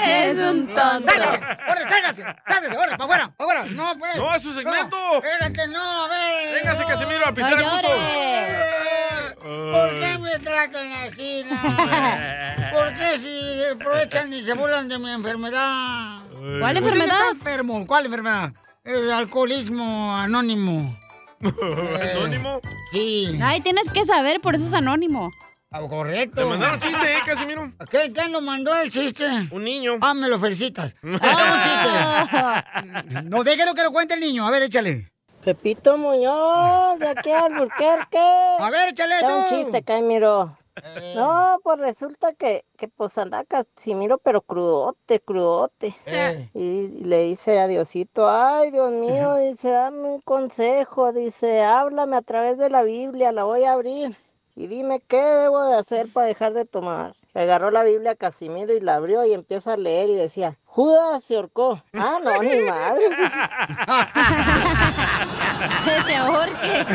D: Eres un tonto.
A: Sálgase, ¡Corre, sálgase! ¡Sálgase, corre, para afuera, para afuera! ¡No, pues!
D: No, es su segmento.
A: No, espérate, no, a ver.
D: Véngase,
A: no.
D: Casimiro, a pisar
A: ¡No
D: el gusto.
A: llores! ¿Por qué me tratan así, no? ¿Por qué si aprovechan y se burlan de mi enfermedad?
D: ¿Cuál
A: Pues sí me
D: enfermedad?
A: está enfermo, ¿cuál enfermedad? El alcoholismo anónimo. Eh,
C: ¿Anónimo?
A: Sí.
B: Ay, tienes que saber, por eso es anónimo.
A: Ah, Correcto.
B: Te mandaron chiste, ¿eh, Casimiro?
A: ¿Qué, ¿Quién lo mandó el chiste? Un
C: niño.
A: Ah, me lo felicitas. Ah, un chiste. no, déjelo que lo cuente el niño. A ver, échale.
R: Pepito Muñoz, de aquí a Alburquerque. A
A: ver, échale
R: tú. un
A: tú.
R: chiste, Casimiro. No, pues resulta que, que pues anda Casimiro, pero crudote, crudote. Y le dice a Diosito, ay, Dios mío, dice, dame un consejo, dice, háblame a través de la Biblia, la voy a abrir. Y dime qué debo de hacer para dejar de tomar. Agarró la Biblia a Casimiro y la abrió y empieza a leer y decía, Judas se ahorcó. Ah, no, ni madre.
D: Que se ahorque.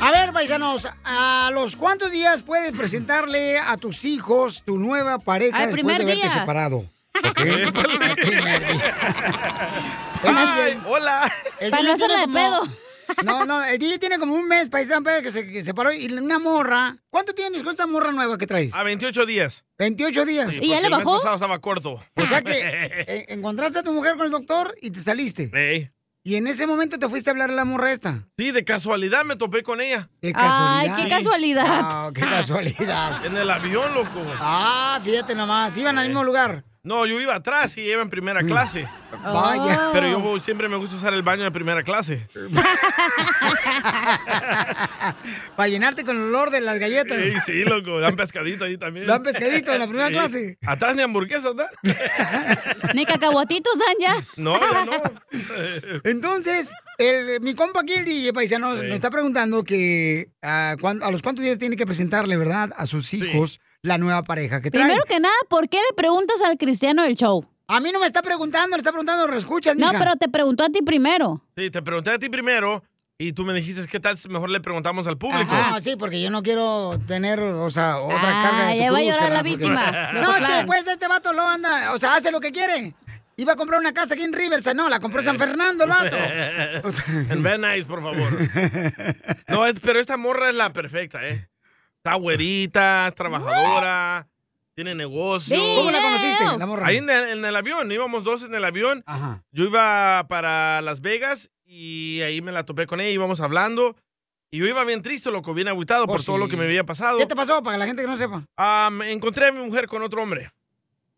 A: A ver, paisanos, ¿a los cuántos días puedes presentarle a tus hijos tu nueva pareja
B: Al
A: después
B: primer
A: de haberte
B: día.
A: separado? ¿Ok? Al primer día.
D: Ay,
A: hola.
D: Para no hacerle de pedo.
A: No, no, el DJ tiene como un mes, paisano, pero que se que se separó. Y una morra. ¿Cuánto tienes con esta morra nueva que traes?
C: A 28 Ah, días.
A: 28 días.
C: Sí, porque El mes pasado estaba corto.
A: O sea que eh, encontraste a tu mujer con el doctor y te saliste. Y en ese momento te fuiste a hablar a la morra esta.
C: Sí, de casualidad me topé con ella.
A: ¿Qué casualidad?
B: Ay, qué casualidad.
A: Ah, qué casualidad.
C: En el avión, loco.
A: Ah, fíjate nomás, iban al mismo lugar. Mm.
C: No, yo iba atrás y iba en primera clase.
B: Oh.
A: Vaya.
C: Pero yo voy- siempre me gusta usar el baño de primera clase.
A: Para llenarte con el olor de las galletas.
C: Sí, sí, loco. Dan pescadito ahí también.
A: Dan pescadito en la primera clase.
C: Atrás ni hamburguesas, ¿verdad?
B: Ni cacahuatitos dan ya.
C: No, ya no.
A: Entonces, el- mi compa aquí, el DJ Paisano, nos está preguntando que ah, cuán- a los cuántos días tiene que presentarle, ¿verdad?, a sus hijos la nueva pareja que trae.
B: Primero que nada, ¿por qué le preguntas al cristiano del show?
A: A mí no me está preguntando, le está preguntando, reescuchas,
B: No,
C: mija.
B: pero te preguntó a ti primero.
C: Sí, te pregunté a ti primero y tú me dijiste, ¿qué tal? si Mejor le preguntamos al público.
A: Ah, sí, porque yo no quiero tener, o sea, otra
C: Ah,
A: carga de tu
C: ya va a
A: cruz,
C: llorar la
A: carnal, porque-
C: víctima de
A: No, es que
C: Ocotlán.
A: después este vato lo anda, o sea, hace lo que quiere. Iba a comprar una casa aquí en Riverside, no, la compró en
C: Eh.
A: San Fernando el vato.
C: En Van Nuys, por favor. No, es- pero esta morra es la perfecta, ¿eh? Está güerita, es trabajadora, tiene negocio.
A: ¿Cómo la conociste, la morra?
C: Ahí en el, en el avión, íbamos dos en el avión. Yo iba para Las Vegas y ahí me la topé con ella, íbamos hablando. Y yo iba bien triste, loco, bien aguitado por todo lo que me había pasado.
A: Oh, ¿Qué te pasó? Para la gente que no sepa.
C: Ah, me encontré a mi mujer con otro hombre.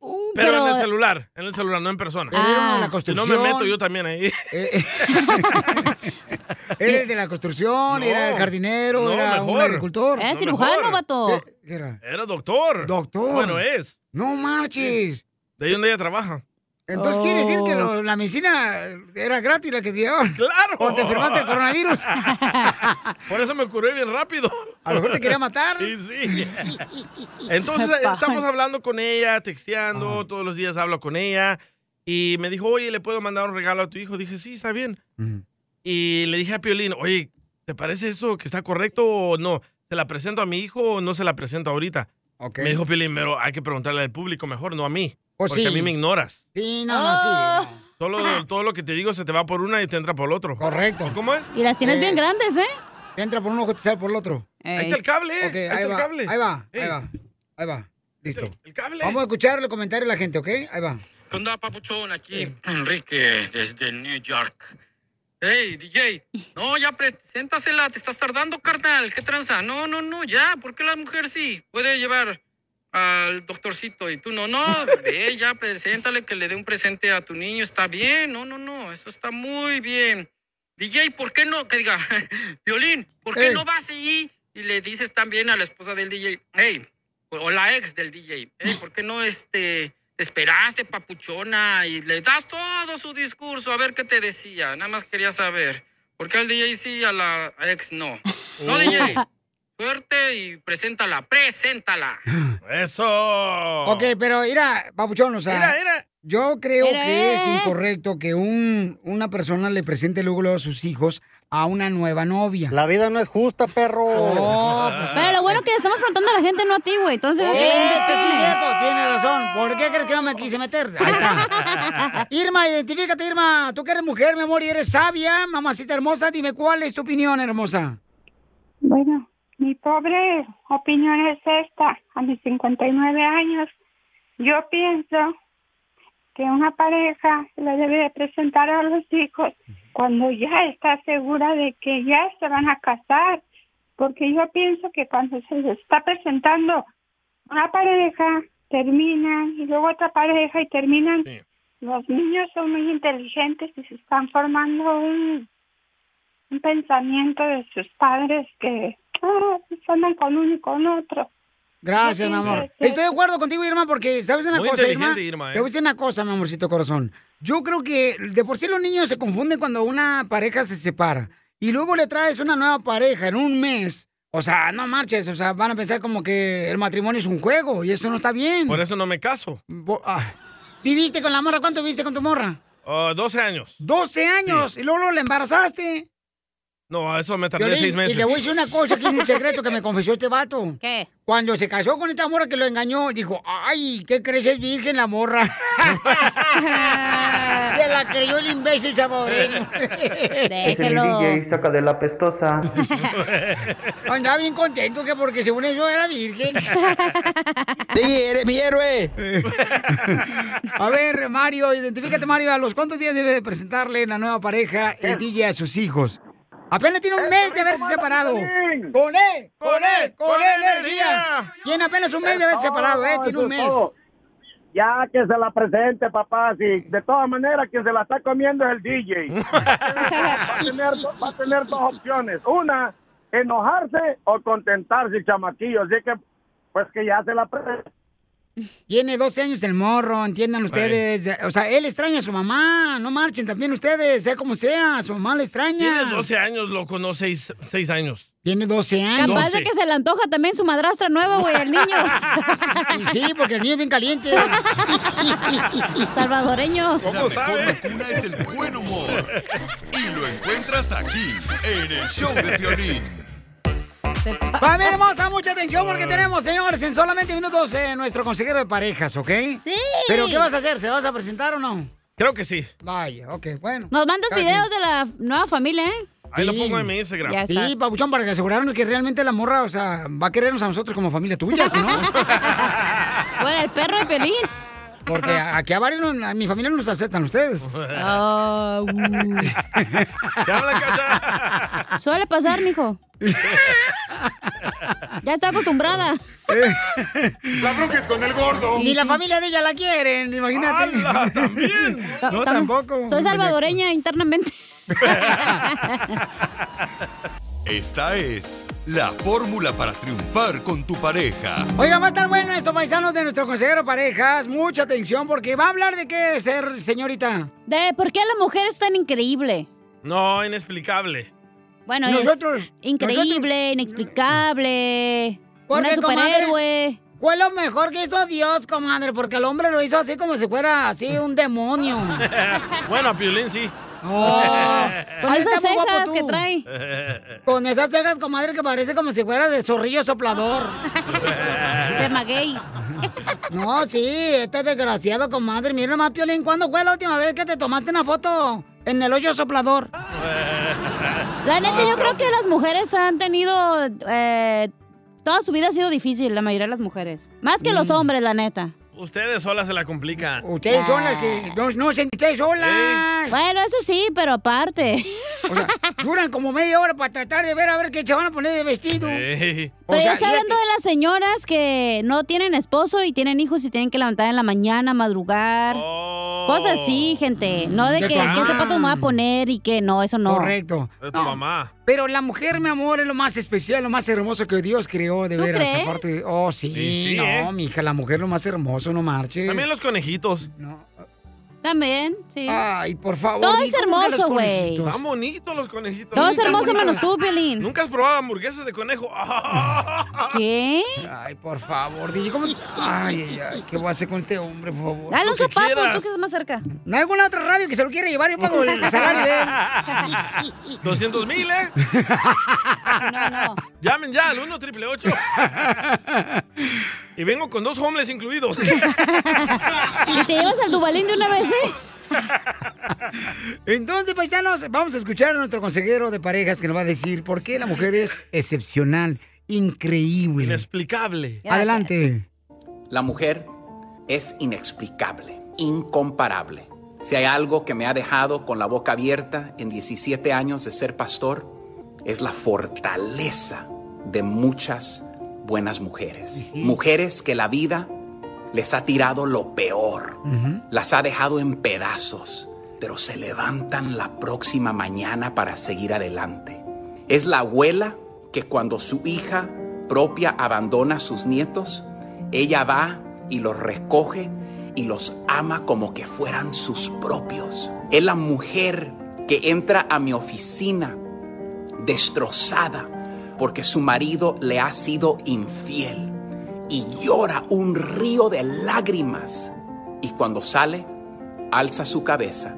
C: Pero,
A: pero-
C: en el celular, en el celular, no en persona. Ah.
A: Pero era uno de la
C: Si No
A: construcción. Eh,
C: me meto yo también ahí.
A: Era el de la construcción, era el jardinero,
C: No,
A: era un
C: mejor.
A: agricultor.
B: Eh,
A: Eh,
C: Era No, cirujano, mejor. vato.
A: ¿Qué- qué era?
C: Era doctor.
A: Doctor.
C: Bueno, es.
A: No marches.
C: De ahí donde ella trabaja.
A: Entonces
C: Oh.
A: quiere decir que lo- la medicina era gratis la que te llevaban.
C: Claro.
A: O te enfermaste del coronavirus.
C: Por eso me curé bien rápido.
A: A lo mejor te quería matar.
C: Sí, sí. Entonces
A: Ay.
C: estamos hablando con ella, texteando, todos los días hablo con ella. Y me dijo, oye, ¿le puedo mandar un regalo a tu hijo? Dije, sí, está bien. Y le dije a Piolín, oye, ¿te parece eso que está correcto o no? ¿Se la presento a mi hijo o no se la presento ahorita? Me dijo Piolín, pero hay que preguntarle al público mejor, no a mí.
A: Pues
C: porque
A: sí.
C: a mí me ignoras.
A: Sí, no, no,
B: Oh.
A: sí.
C: Todo, todo lo que te digo se te va por una y te entra por el otro.
A: Correcto.
C: ¿Cómo es?
B: Y las tienes
A: Eh.
B: bien grandes, ¿eh?
A: Te entra por un ojo y te sale por el otro.
B: Ahí está el
C: cable,
A: Ok, ahí, va, Ahí va, ahí va, ahí va. Listo. Vamos a escuchar los comentarios de la gente, ¿ok? Ahí va.
P: ¿Qué onda, papuchón? Aquí Enrique desde New York. Hey, DJ. No, ya preséntasela. Te estás tardando, carnal. ¿Qué tranza? No, no, no, ya. ¿Por qué la mujer sí puede llevar al doctorcito y tú no, no, ve ya, preséntale que le dé un presente a tu niño, está bien, no, no, no, eso está muy bien. DJ, ¿por qué no? Que diga, Violín, ¿por qué
S: Ey.
P: no vas allí? Y le dices también a la esposa del DJ, hey, o- o la ex del DJ, hey, ¿por qué no este, te esperaste, papuchona? Y le das todo su discurso, a ver qué te decía, nada más quería saber. ¿Por qué al DJ sí y a la ex no? No, DJ, suerte y preséntala, preséntala.
C: Eso.
A: Ok, pero mira, papuchón, o sea.
C: Mira, mira.
A: Yo creo
C: Mira,
A: que es
C: eh.
A: incorrecto que un, una persona le presente luego, luego a sus hijos a una nueva novia. Oh, La vida no es justa, perro.
B: Pero lo bueno que le estamos preguntando a la gente, no a ti, güey. Entonces,
A: Eso
B: que la gente
A: sí es
B: opine.
A: cierto, tiene razón. ¿Por qué crees que no me quise meter? Ahí está. Irma, identifícate, Irma. Tú que eres mujer, mi amor, y eres sabia, mamacita hermosa. Dime cuál es tu opinión, hermosa.
T: Bueno, mi pobre opinión es esta. A mis 59 años, yo pienso que una pareja le debe de presentar a los hijos cuando ya está segura de que ya se van a casar. Porque yo pienso que cuando se les está presentando una pareja, terminan y luego otra pareja y terminan. Los niños son muy inteligentes y se están formando un un pensamiento de sus padres que ah, pues andan con uno y con otro.
A: Gracias, mi amor. Estoy de acuerdo contigo, Irma, porque sabes una
C: Muy
A: cosa, Irma.
C: inteligente, Irma, ¿eh?
A: Te voy a decir una cosa, mi amorcito corazón. Yo creo que de por sí los niños se confunden cuando una pareja se separa y luego le traes una nueva pareja en un mes. O sea, no marches, o sea, van a pensar como que el matrimonio es un juego y eso no está bien.
C: Por eso no me caso.
A: Bo- ah. ¿Viviste con la morra? ¿Cuánto viviste con tu morra?
C: Ah, 12 años.
A: 12 años y luego, luego la embarazaste.
C: No, eso me tardé
A: Piolín,
C: seis meses.
A: Y te voy a decir una cosa, que es un secreto que me confesó este vato.
B: ¿Qué?
A: Cuando se casó con esta morra que lo engañó, dijo, ay, ¿qué crees? Es virgen la morra. Se la creyó el imbécil saboreño.
E: saca de la pestosa.
A: Andaba bien contento que porque según eso era virgen.
E: Sí, eres mi héroe.
A: eh. A ver, Mario, identifícate, Mario, ¿a los cuántos días debe de presentarle la nueva pareja el DJ a sus hijos? Apenas tiene un mes de haberse separado. ¡Con él! ¡Con él! ¡Con él energía! Tiene apenas un mes de haberse separado, ¿eh? Tiene un
U: Eso es
A: mes.
U: todo. Ya que se la presente, papá. Si de todas maneras, quien se la está comiendo es el DJ. Va a tener, do- va a tener dos opciones. Una, enojarse o contentarse, chamaquillo. Así que, pues que ya se la presente.
A: Tiene 12 años el morro, entiendan ustedes. O sea, él extraña a su mamá. No marchen también ustedes, sea como sea. Su mamá le extraña.
C: Tienes 12 años, loco, no 6, años.
A: Tiene 12 años.
B: Capaz de que se le antoja también su madrastra nueva, güey, al niño.
A: sí, porque el niño es bien caliente.
B: Salvadoreño.
F: La mejor vacuna es el buen humor. Y lo encuentras aquí, en el show de Piolín.
A: Familia hermosa, mucha atención porque tenemos, señores, en solamente minutos eh, nuestro consejero de parejas, ¿ok? Sí. ¿Pero qué vas a hacer? ¿Se vas a presentar o no?
C: Creo que sí.
A: Vaya, ok, bueno.
B: Nos mandas
A: Cada
B: videos
A: quien.
B: de la nueva familia, ¿eh?
C: Ahí lo pongo en mi Instagram.
B: Ya
A: Sí,
B: estás.
A: Pabuchón, para que asegurarnos que realmente la morra, o sea, va a querernos a nosotros como familia tuya, si ¿no?
B: Bueno, el perro de Pelín.
A: Porque a- aquí a varios, no- a mi familia no nos aceptan ustedes.
B: Oh, Suele pasar, mijo. Ya estoy acostumbrada.
A: La bronca es con el gordo. Ni la familia de ella la quieren, imagínate. también!
B: Ta-
A: No,
B: tam-
A: tampoco.
B: Soy salvadoreña internamente.
F: Esta es la fórmula para triunfar con tu pareja.
A: Oiga, va a estar bueno esto, paisanos, de nuestro consejero parejas. Mucha atención, porque va a hablar de qué ser, señorita.
B: De por qué la mujer es tan increíble.
C: No, inexplicable.
B: Bueno,
A: Nosotros-
B: es increíble, inexplicable. Una
A: Porque,
B: superhéroe.
A: Fue lo mejor que hizo Dios, comadre, porque el hombre lo hizo así como si fuera así un demonio.
C: bueno, Piolín sí.
A: Oh, con
C: Ahí
A: esas
C: está muy
A: cejas
C: guapo
A: que
C: tú.
A: trae. Con esas cejas, comadre, que parece como si fuera de zorrillo soplador.
B: De maguey.
A: No, sí, este desgraciado, comadre. Mira más, Piolín, ¿cuándo fue la última vez que te tomaste una foto en el hoyo soplador?
B: La neta, yo creo que las mujeres han tenido. eh, toda su vida ha sido difícil, la mayoría de las mujeres. Más que
A: Mm.
B: los hombres, la neta.
C: Ustedes solas se la complican. Ah.
A: Ustedes son las que no, no se ustedes solas.
B: Bueno, eso sí, pero aparte.
A: O sea, duran como media hora para tratar de ver a ver qué se van a poner de vestido. O
B: Pero
A: sea,
B: ya está hablando de las señoras que no tienen esposo y tienen hijos y tienen que levantar en la mañana, madrugar. Cosas así, gente. No de
A: De
B: que
A: tu
B: qué
A: mamá.
B: zapatos me voy a poner y que no, eso no.
A: Correcto.
C: De tu mamá.
A: Pero la mujer, mi amor, es lo más especial, lo más hermoso que Dios creó, de
B: ¿Tú
A: veras.
B: crees?
A: Aparte, oh, sí,
C: Sí, sí,
A: no,
C: ¿eh?
A: mija, la mujer lo más hermoso, no marches.
C: También los conejitos.
B: También, sí.
A: Ay, por favor.
B: Todo
A: ¿y
B: es
A: cómo que los
B: hermoso, güey.
A: conejitos?
C: Están bonitos los conejitos.
B: Todo es hermoso menos tú, Piolín.
C: ¿Nunca has probado hamburguesas de conejo?
B: ¿Qué?
A: Ay, por favor, DJ, ¿cómo? Ay, ay, ay, ¿qué voy a hacer con este hombre, por favor?
B: Dale un
A: Lo que
B: sopapo,
A: quieras.
B: tú que estás más cerca.
A: ¿No hay alguna otra radio que se lo quiera llevar? Yo pago el salario de él.
C: 200 mil, ¿eh? Llamen ya al 1 triple 8. Y vengo con dos homeless incluidos.
B: Y te llevas al Dubalín de una vez, ¿eh?
A: Entonces, paisanos, vamos a escuchar a nuestro consejero de parejas que nos va a decir por qué la mujer es excepcional, increíble.
C: Inexplicable.
A: Adelante.
I: La mujer es inexplicable, incomparable. Si hay algo que me ha dejado con la boca abierta en 17 años de ser pastor, es la fortaleza de muchas buenas mujeres. Mujeres que la vida les ha tirado lo peor, las ha dejado en pedazos, pero se levantan la próxima mañana para seguir adelante. Es la abuela que cuando su hija propia abandona a sus nietos, ella va y los recoge y los ama como que fueran sus propios. Es la mujer que entra a mi oficina destrozada porque su marido le ha sido infiel y llora un río de lágrimas. Y cuando sale, alza su cabeza,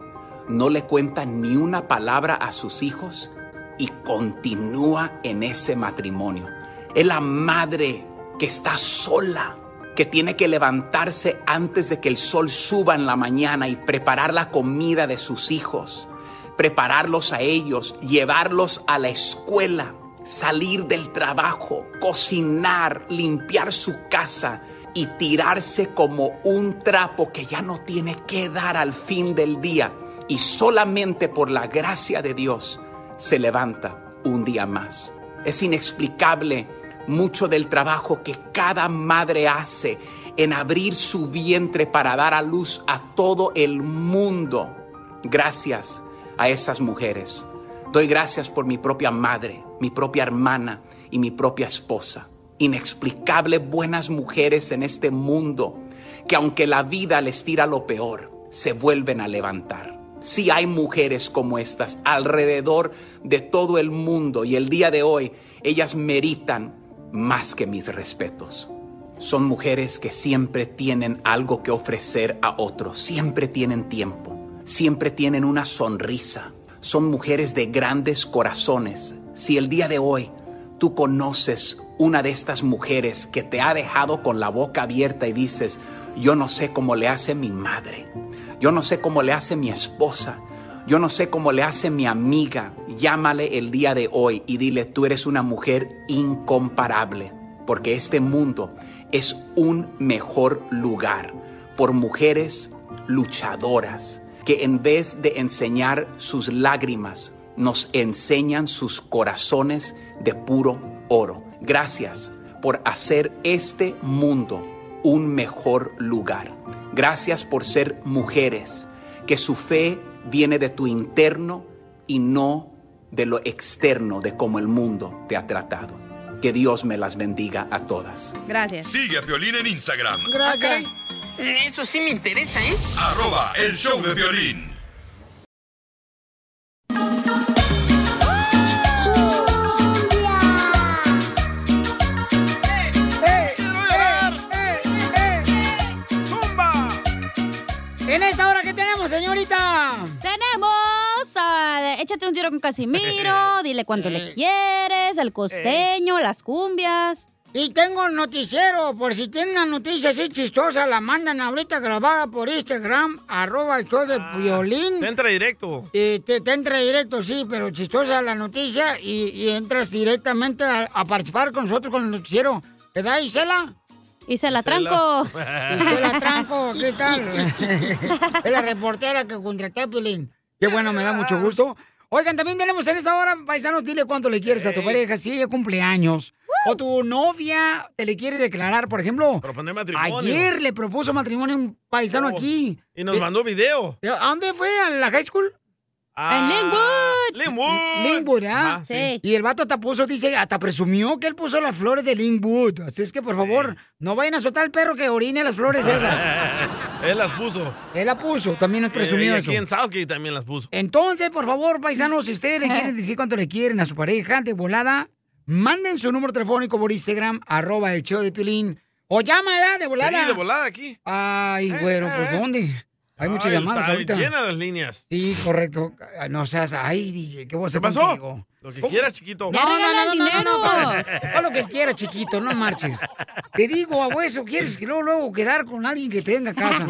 I: no le cuenta ni una palabra a sus hijos y continúa en ese matrimonio. Es la madre que está sola, que tiene que levantarse antes de que el sol suba en la mañana y preparar la comida de sus hijos, prepararlos a ellos, llevarlos a la escuela, salir del trabajo, cocinar, limpiar su casa y tirarse como un trapo que ya no tiene que dar al fin del día. Y solamente por la gracia de Dios se levanta un día más. Es inexplicable mucho del trabajo que cada madre hace en abrir su vientre para dar a luz a todo el mundo. Gracias a esas mujeres. Doy gracias por mi propia madre, mi propia hermana y mi propia esposa. Inexplicable buenas mujeres en este mundo que aunque la vida les tira lo peor, se vuelven a levantar. Si hay mujeres como estas alrededor de todo el mundo y el día de hoy, ellas meritan más que mis respetos. Son mujeres que siempre tienen algo que ofrecer a otros, siempre tienen tiempo, siempre tienen una sonrisa. Son mujeres de grandes corazones. Si el día de hoy tú conoces una de estas mujeres que te ha dejado con la boca abierta y dices, yo no sé cómo le hace mi madre, yo no sé cómo le hace mi esposa, yo no sé cómo le hace mi amiga, llámale el día de hoy y dile, tú eres una mujer incomparable, porque este mundo es un mejor lugar por mujeres luchadoras que en vez de enseñar sus lágrimas, nos enseñan sus corazones de puro oro. Gracias por hacer este mundo un mejor lugar. Gracias por ser mujeres, que su fe viene de tu interno y no de lo externo, de cómo el mundo te ha tratado. Que Dios me las bendiga a todas.
B: Gracias.
F: Sigue a Piolín en Instagram.
I: Gracias. Ah, Eso sí me interesa, ¿eh?
F: Arroba el show de violín.
A: En esta hora que tenemos, señorita.
B: Tenemos, ah, échate un tiro con Casimiro, dile cuánto
A: Eh,
B: le quieres, el costeño, las cumbias.
A: Y tengo un noticiero, por si tienen una noticia así chistosa, la mandan ahorita grabada por Instagram, arroba el show de violín.
C: Ah, Te entra directo.
A: Y te, te entra directo, sí, pero chistosa la noticia y, y entras directamente a, a participar con nosotros con el noticiero. ¿Verdad, Isela?
B: Y se la
D: tranco.
A: Y se la tranco, ¿qué tal? es la reportera que contraté, Pilín. Qué bueno, me da mucho gusto. Oigan, también tenemos en esta hora, paisanos, dile cuánto le quieres a tu pareja, si ella cumple años. O tu novia te le quiere declarar, por ejemplo.
C: Proponer matrimonio.
A: Ayer le propuso matrimonio a un paisano aquí.
C: Oh. Y nos
A: Eh,
C: mandó video.
A: ¿A dónde fue? ¿A la high school?
C: Ah,
A: Lingwood.
C: Lingwood.
A: Lingwood, ¿ah?
C: Ajá, sí.
A: Y el vato hasta puso, dice, hasta presumió que él puso las flores de Lingwood. Así es que, por favor, no vayan a soltar al perro que orine las flores pues, esas.
C: Él las puso.
A: Él la puso, también es
C: Eh,
A: presumido
C: y
A: eso.
C: aquí en Southgate también las puso.
A: Entonces, por favor, paisanos, si ustedes le quieren decir cuánto le quieren a su pareja de volada, manden su número telefónico por Instagram, arroba el show de Pilín. O llama, ¿verdad? De volada.
C: Sí, de volada aquí.
A: Ay,
C: Eh,
A: güero,
C: eh,
A: pues
C: eh.
A: ¿dónde? Hay muchas
C: Ay,
A: llamadas
C: está
A: ahorita.
C: Llena las líneas.
A: Sí, correcto. Ay, No seas, ay, DJ, ¿qué voy a hacer
C: ¿Qué pasó?
A: contigo?
C: Lo que
A: ¿Cómo?
C: quieras, chiquito.
A: No, no, no, no, no, no, no, no, no, lo que quieras, chiquito, no marches. Te digo, a hueso, quieres que luego, luego quedar con alguien que tenga casa.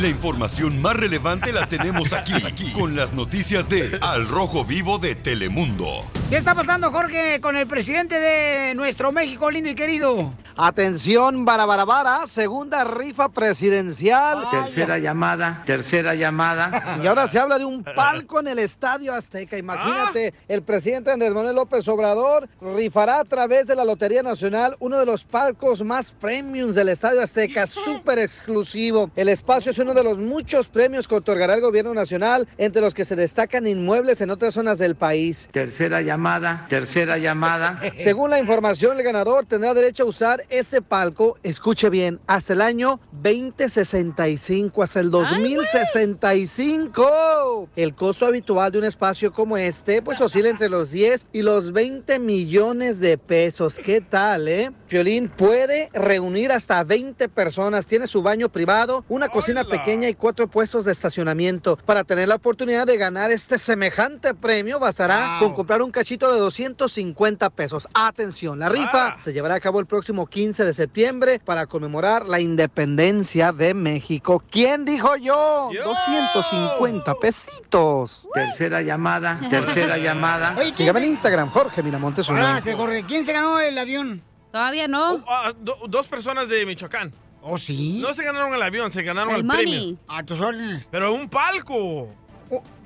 F: La información más relevante la tenemos aquí, aquí, con las noticias de Al Rojo Vivo de Telemundo.
A: ¿Qué está pasando, Jorge, con el presidente de nuestro México lindo y querido?
G: Atención, Barabarabara, segunda rifa presidencial.
I: Tercera llamada, tercera llamada.
G: Y ahora se habla de un palco en el Estadio Azteca. Imagínate, el presidente Andrés Manuel López Obrador rifará a través de la Lotería Nacional uno de los palcos más premiums del Estadio Azteca, súper exclusivo. El espacio es uno de los muchos premios que otorgará el gobierno nacional, entre los que se destacan inmuebles en otras zonas del país.
I: Tercera llamada, tercera llamada.
G: Según la información, el ganador tendrá derecho a usar este palco, escuche bien, hasta el año 2065, hasta el 2065. El costo habitual de un espacio como este, pues oscila entre los 10 y los 20 millones de pesos. ¿Qué tal, eh? Piolín puede reunir hasta 20 personas, tiene su baño privado, una cocina pequeña y cuatro puestos de estacionamiento. Para tener la oportunidad de ganar este semejante premio, bastará con comprar un cachito de 250 pesos. Atención, la rifa se llevará a cabo el próximo 15 de septiembre para conmemorar la independencia de México. ¿Quién dijo yo? 250 pesitos.
I: Tercera llamada, tercera llamada.
A: Oye,
G: Sígame en Instagram, Jorge Miramontes uno.
A: Gracias, Jorge. ¿Quién Ah, se ganó el avión?
B: Todavía no.
C: Ah, do- dos personas de Michoacán.
A: ¿Oh, sí?
C: No se ganaron el avión, se ganaron el,
B: El money.
C: premio.
A: A tus órdenes.
C: Pero un palco.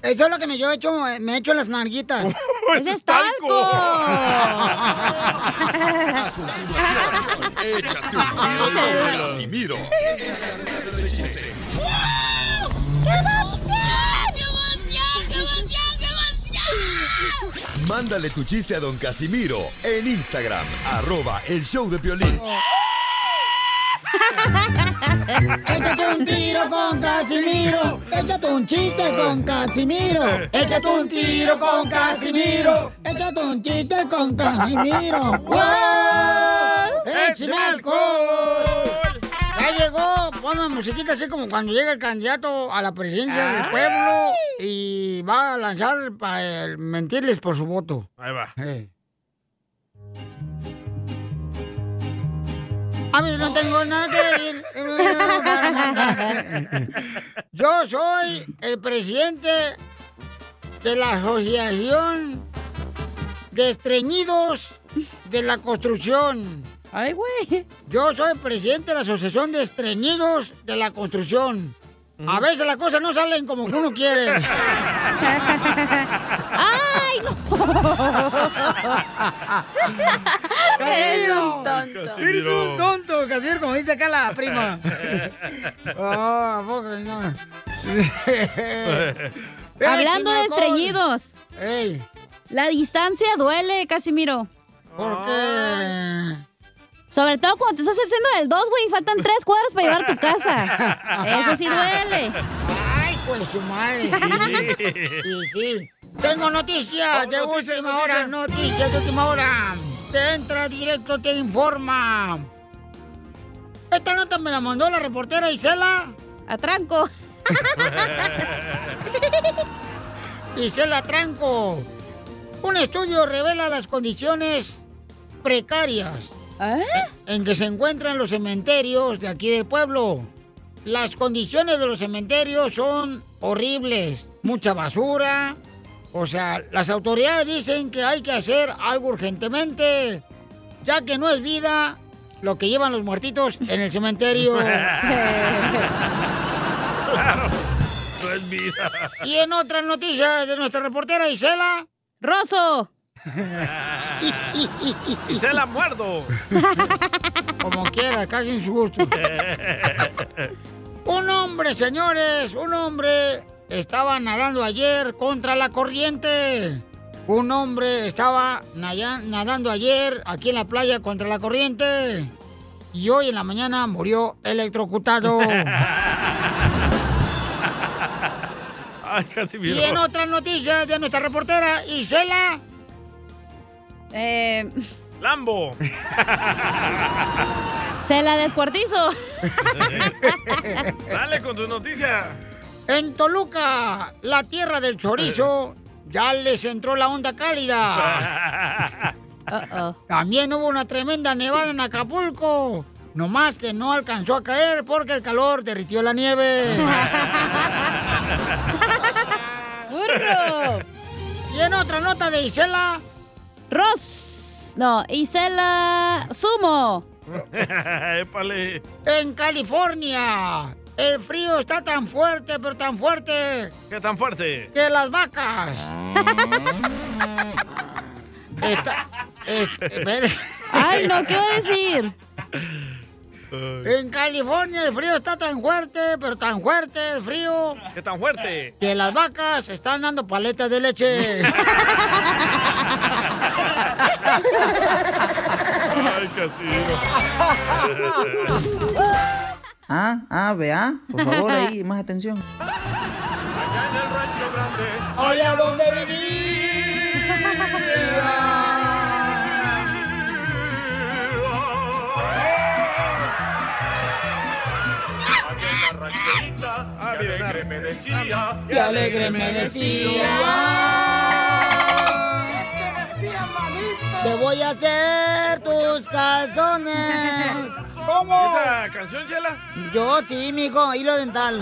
A: Eso es lo que me yo he hecho, eh, me he hecho en las narguitas.
B: ¡Ese es talco!
F: Échate un tiro
B: Oh.
F: con Casimiro. Ah. Mándale tu chiste a don Casimiro en Instagram, arroba el show de Piolín.
A: Échate un tiro con Casimiro. Échate un chiste con Casimiro. Échate un tiro con Casimiro. Échate un chiste con Casimiro. ¡Wow! ¡Échame alcohol! Ya llegó. Ponme musiquita así como cuando llega el candidato a la presidencia del
C: Ay.
A: pueblo y va a lanzar para el- mentirles por su voto.
C: Ahí va.
A: A mí Ah, no tengo nada que decir. Yo soy el presidente de la Asociación de Estreñidos de la Construcción. Ay, güey. Yo soy el presidente de la Asociación de Estreñidos de la Construcción. A veces las cosas no salen como uno quiere. ¡Ay, no!
D: Eres un
A: tonto.
D: Casimiro.
A: Eres un tonto, Casimiro, como dice acá la prima. Oh, ¿a poco no?
D: Eh.
B: Hablando de
A: Échame alcohol.
B: estreñidos. La distancia duele, Casimiro.
A: ¿Por qué?
B: Sobre todo cuando te estás haciendo del dos, güey, y faltan tres cuadras para llevar a tu casa. Eso sí duele.
A: Ay, pues su madre. Sí, sí. sí. Tengo noticias de última hora, noticias de última hora. Te entra directo, te informa. Esta nota me la mandó la reportera Isela. Atranco. Isela Tranco. Un estudio revela las condiciones precarias en que se encuentran los cementerios de aquí del pueblo. Las condiciones de los cementerios son horribles. Mucha basura. O sea, las autoridades dicen que hay que hacer algo urgentemente, ya que no es vida lo que llevan los muertitos en el cementerio.
C: No es vida.
A: Y en otras noticias de nuestra reportera Isela.
B: Rosso.
C: y se la muerdo.
A: Como quiera, casi en su gusto. Un hombre, señores, un hombre estaba nadando ayer contra la corriente. Un hombre estaba naya- nadando ayer aquí en la playa contra la corriente. Y hoy en la mañana murió electrocutado.
C: Ay, casi
A: y
C: miro.
A: en otras noticias de nuestra reportera Isela.
B: Eh,
C: Lambo.
B: se la descuartizo.
C: Dale con tu noticia.
A: En Toluca, la tierra del chorizo, ya les entró la onda cálida. También hubo una tremenda nevada en Acapulco. Nomás que no alcanzó a caer porque el calor derritió la nieve.
B: ¡Burro!
A: Y en otra nota de Isela.
B: Ros. No, Isela Sumo.
C: Épale.
A: En California, el frío está tan fuerte, pero tan fuerte,
C: ¿Qué tan fuerte?
A: que las vacas. Está- es- espere.
B: Ay, no, ¿qué iba a decir?
A: En California el frío está tan fuerte, pero tan fuerte el frío,
C: ¿Qué tan fuerte?
A: que las vacas están dando paletas de leche.
C: Ay, casi.
J: Ah, ah, vea. Por favor, ahí, más atención.
A: Allá donde vivía.
D: Qué alegre me
A: Te voy a hacer tus calzones. ¿Cómo?
C: ¿Esa canción, Chela?
A: Yo sí, mijo, hilo dental.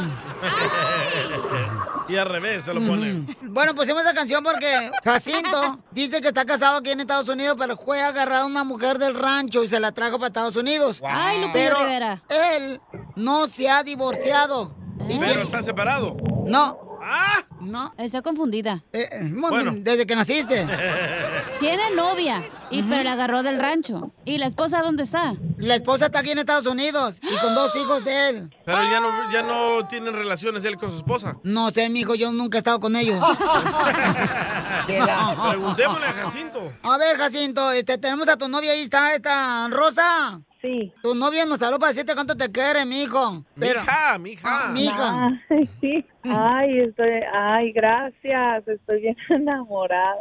C: Y al revés se lo ponen.
A: Bueno, pusimos esa canción porque Jacinto dice que está casado aquí en Estados Unidos, pero fue agarrado a una mujer del rancho y se la trajo para Estados Unidos.
B: Ay, Lupillo
A: pero
B: Rivera.
A: él no se ha divorciado. ¿Y
C: Pero está separado.
A: No.
C: Ah.
A: No.
B: Está confundida.
A: bueno, Desde que naciste.
B: Tiene novia, y pero la agarró del rancho. ¿Y la esposa dónde está?
A: La esposa está aquí en Estados Unidos y con dos hijos de él.
C: Pero ya no, ya no tienen relaciones él con su esposa.
A: No sé, mijo, yo nunca he estado con ellos.
C: Preguntémosle a Jacinto.
A: A ver, Jacinto, este, tenemos a tu novia ahí, está esta Rosa. Sí. Tu novia nos habló para decirte cuánto te quiere, mijo.
C: Mija, mija.
A: Ah, mija.
S: Ay, sí. Ay, estoy, ay, gracias, estoy bien enamorada.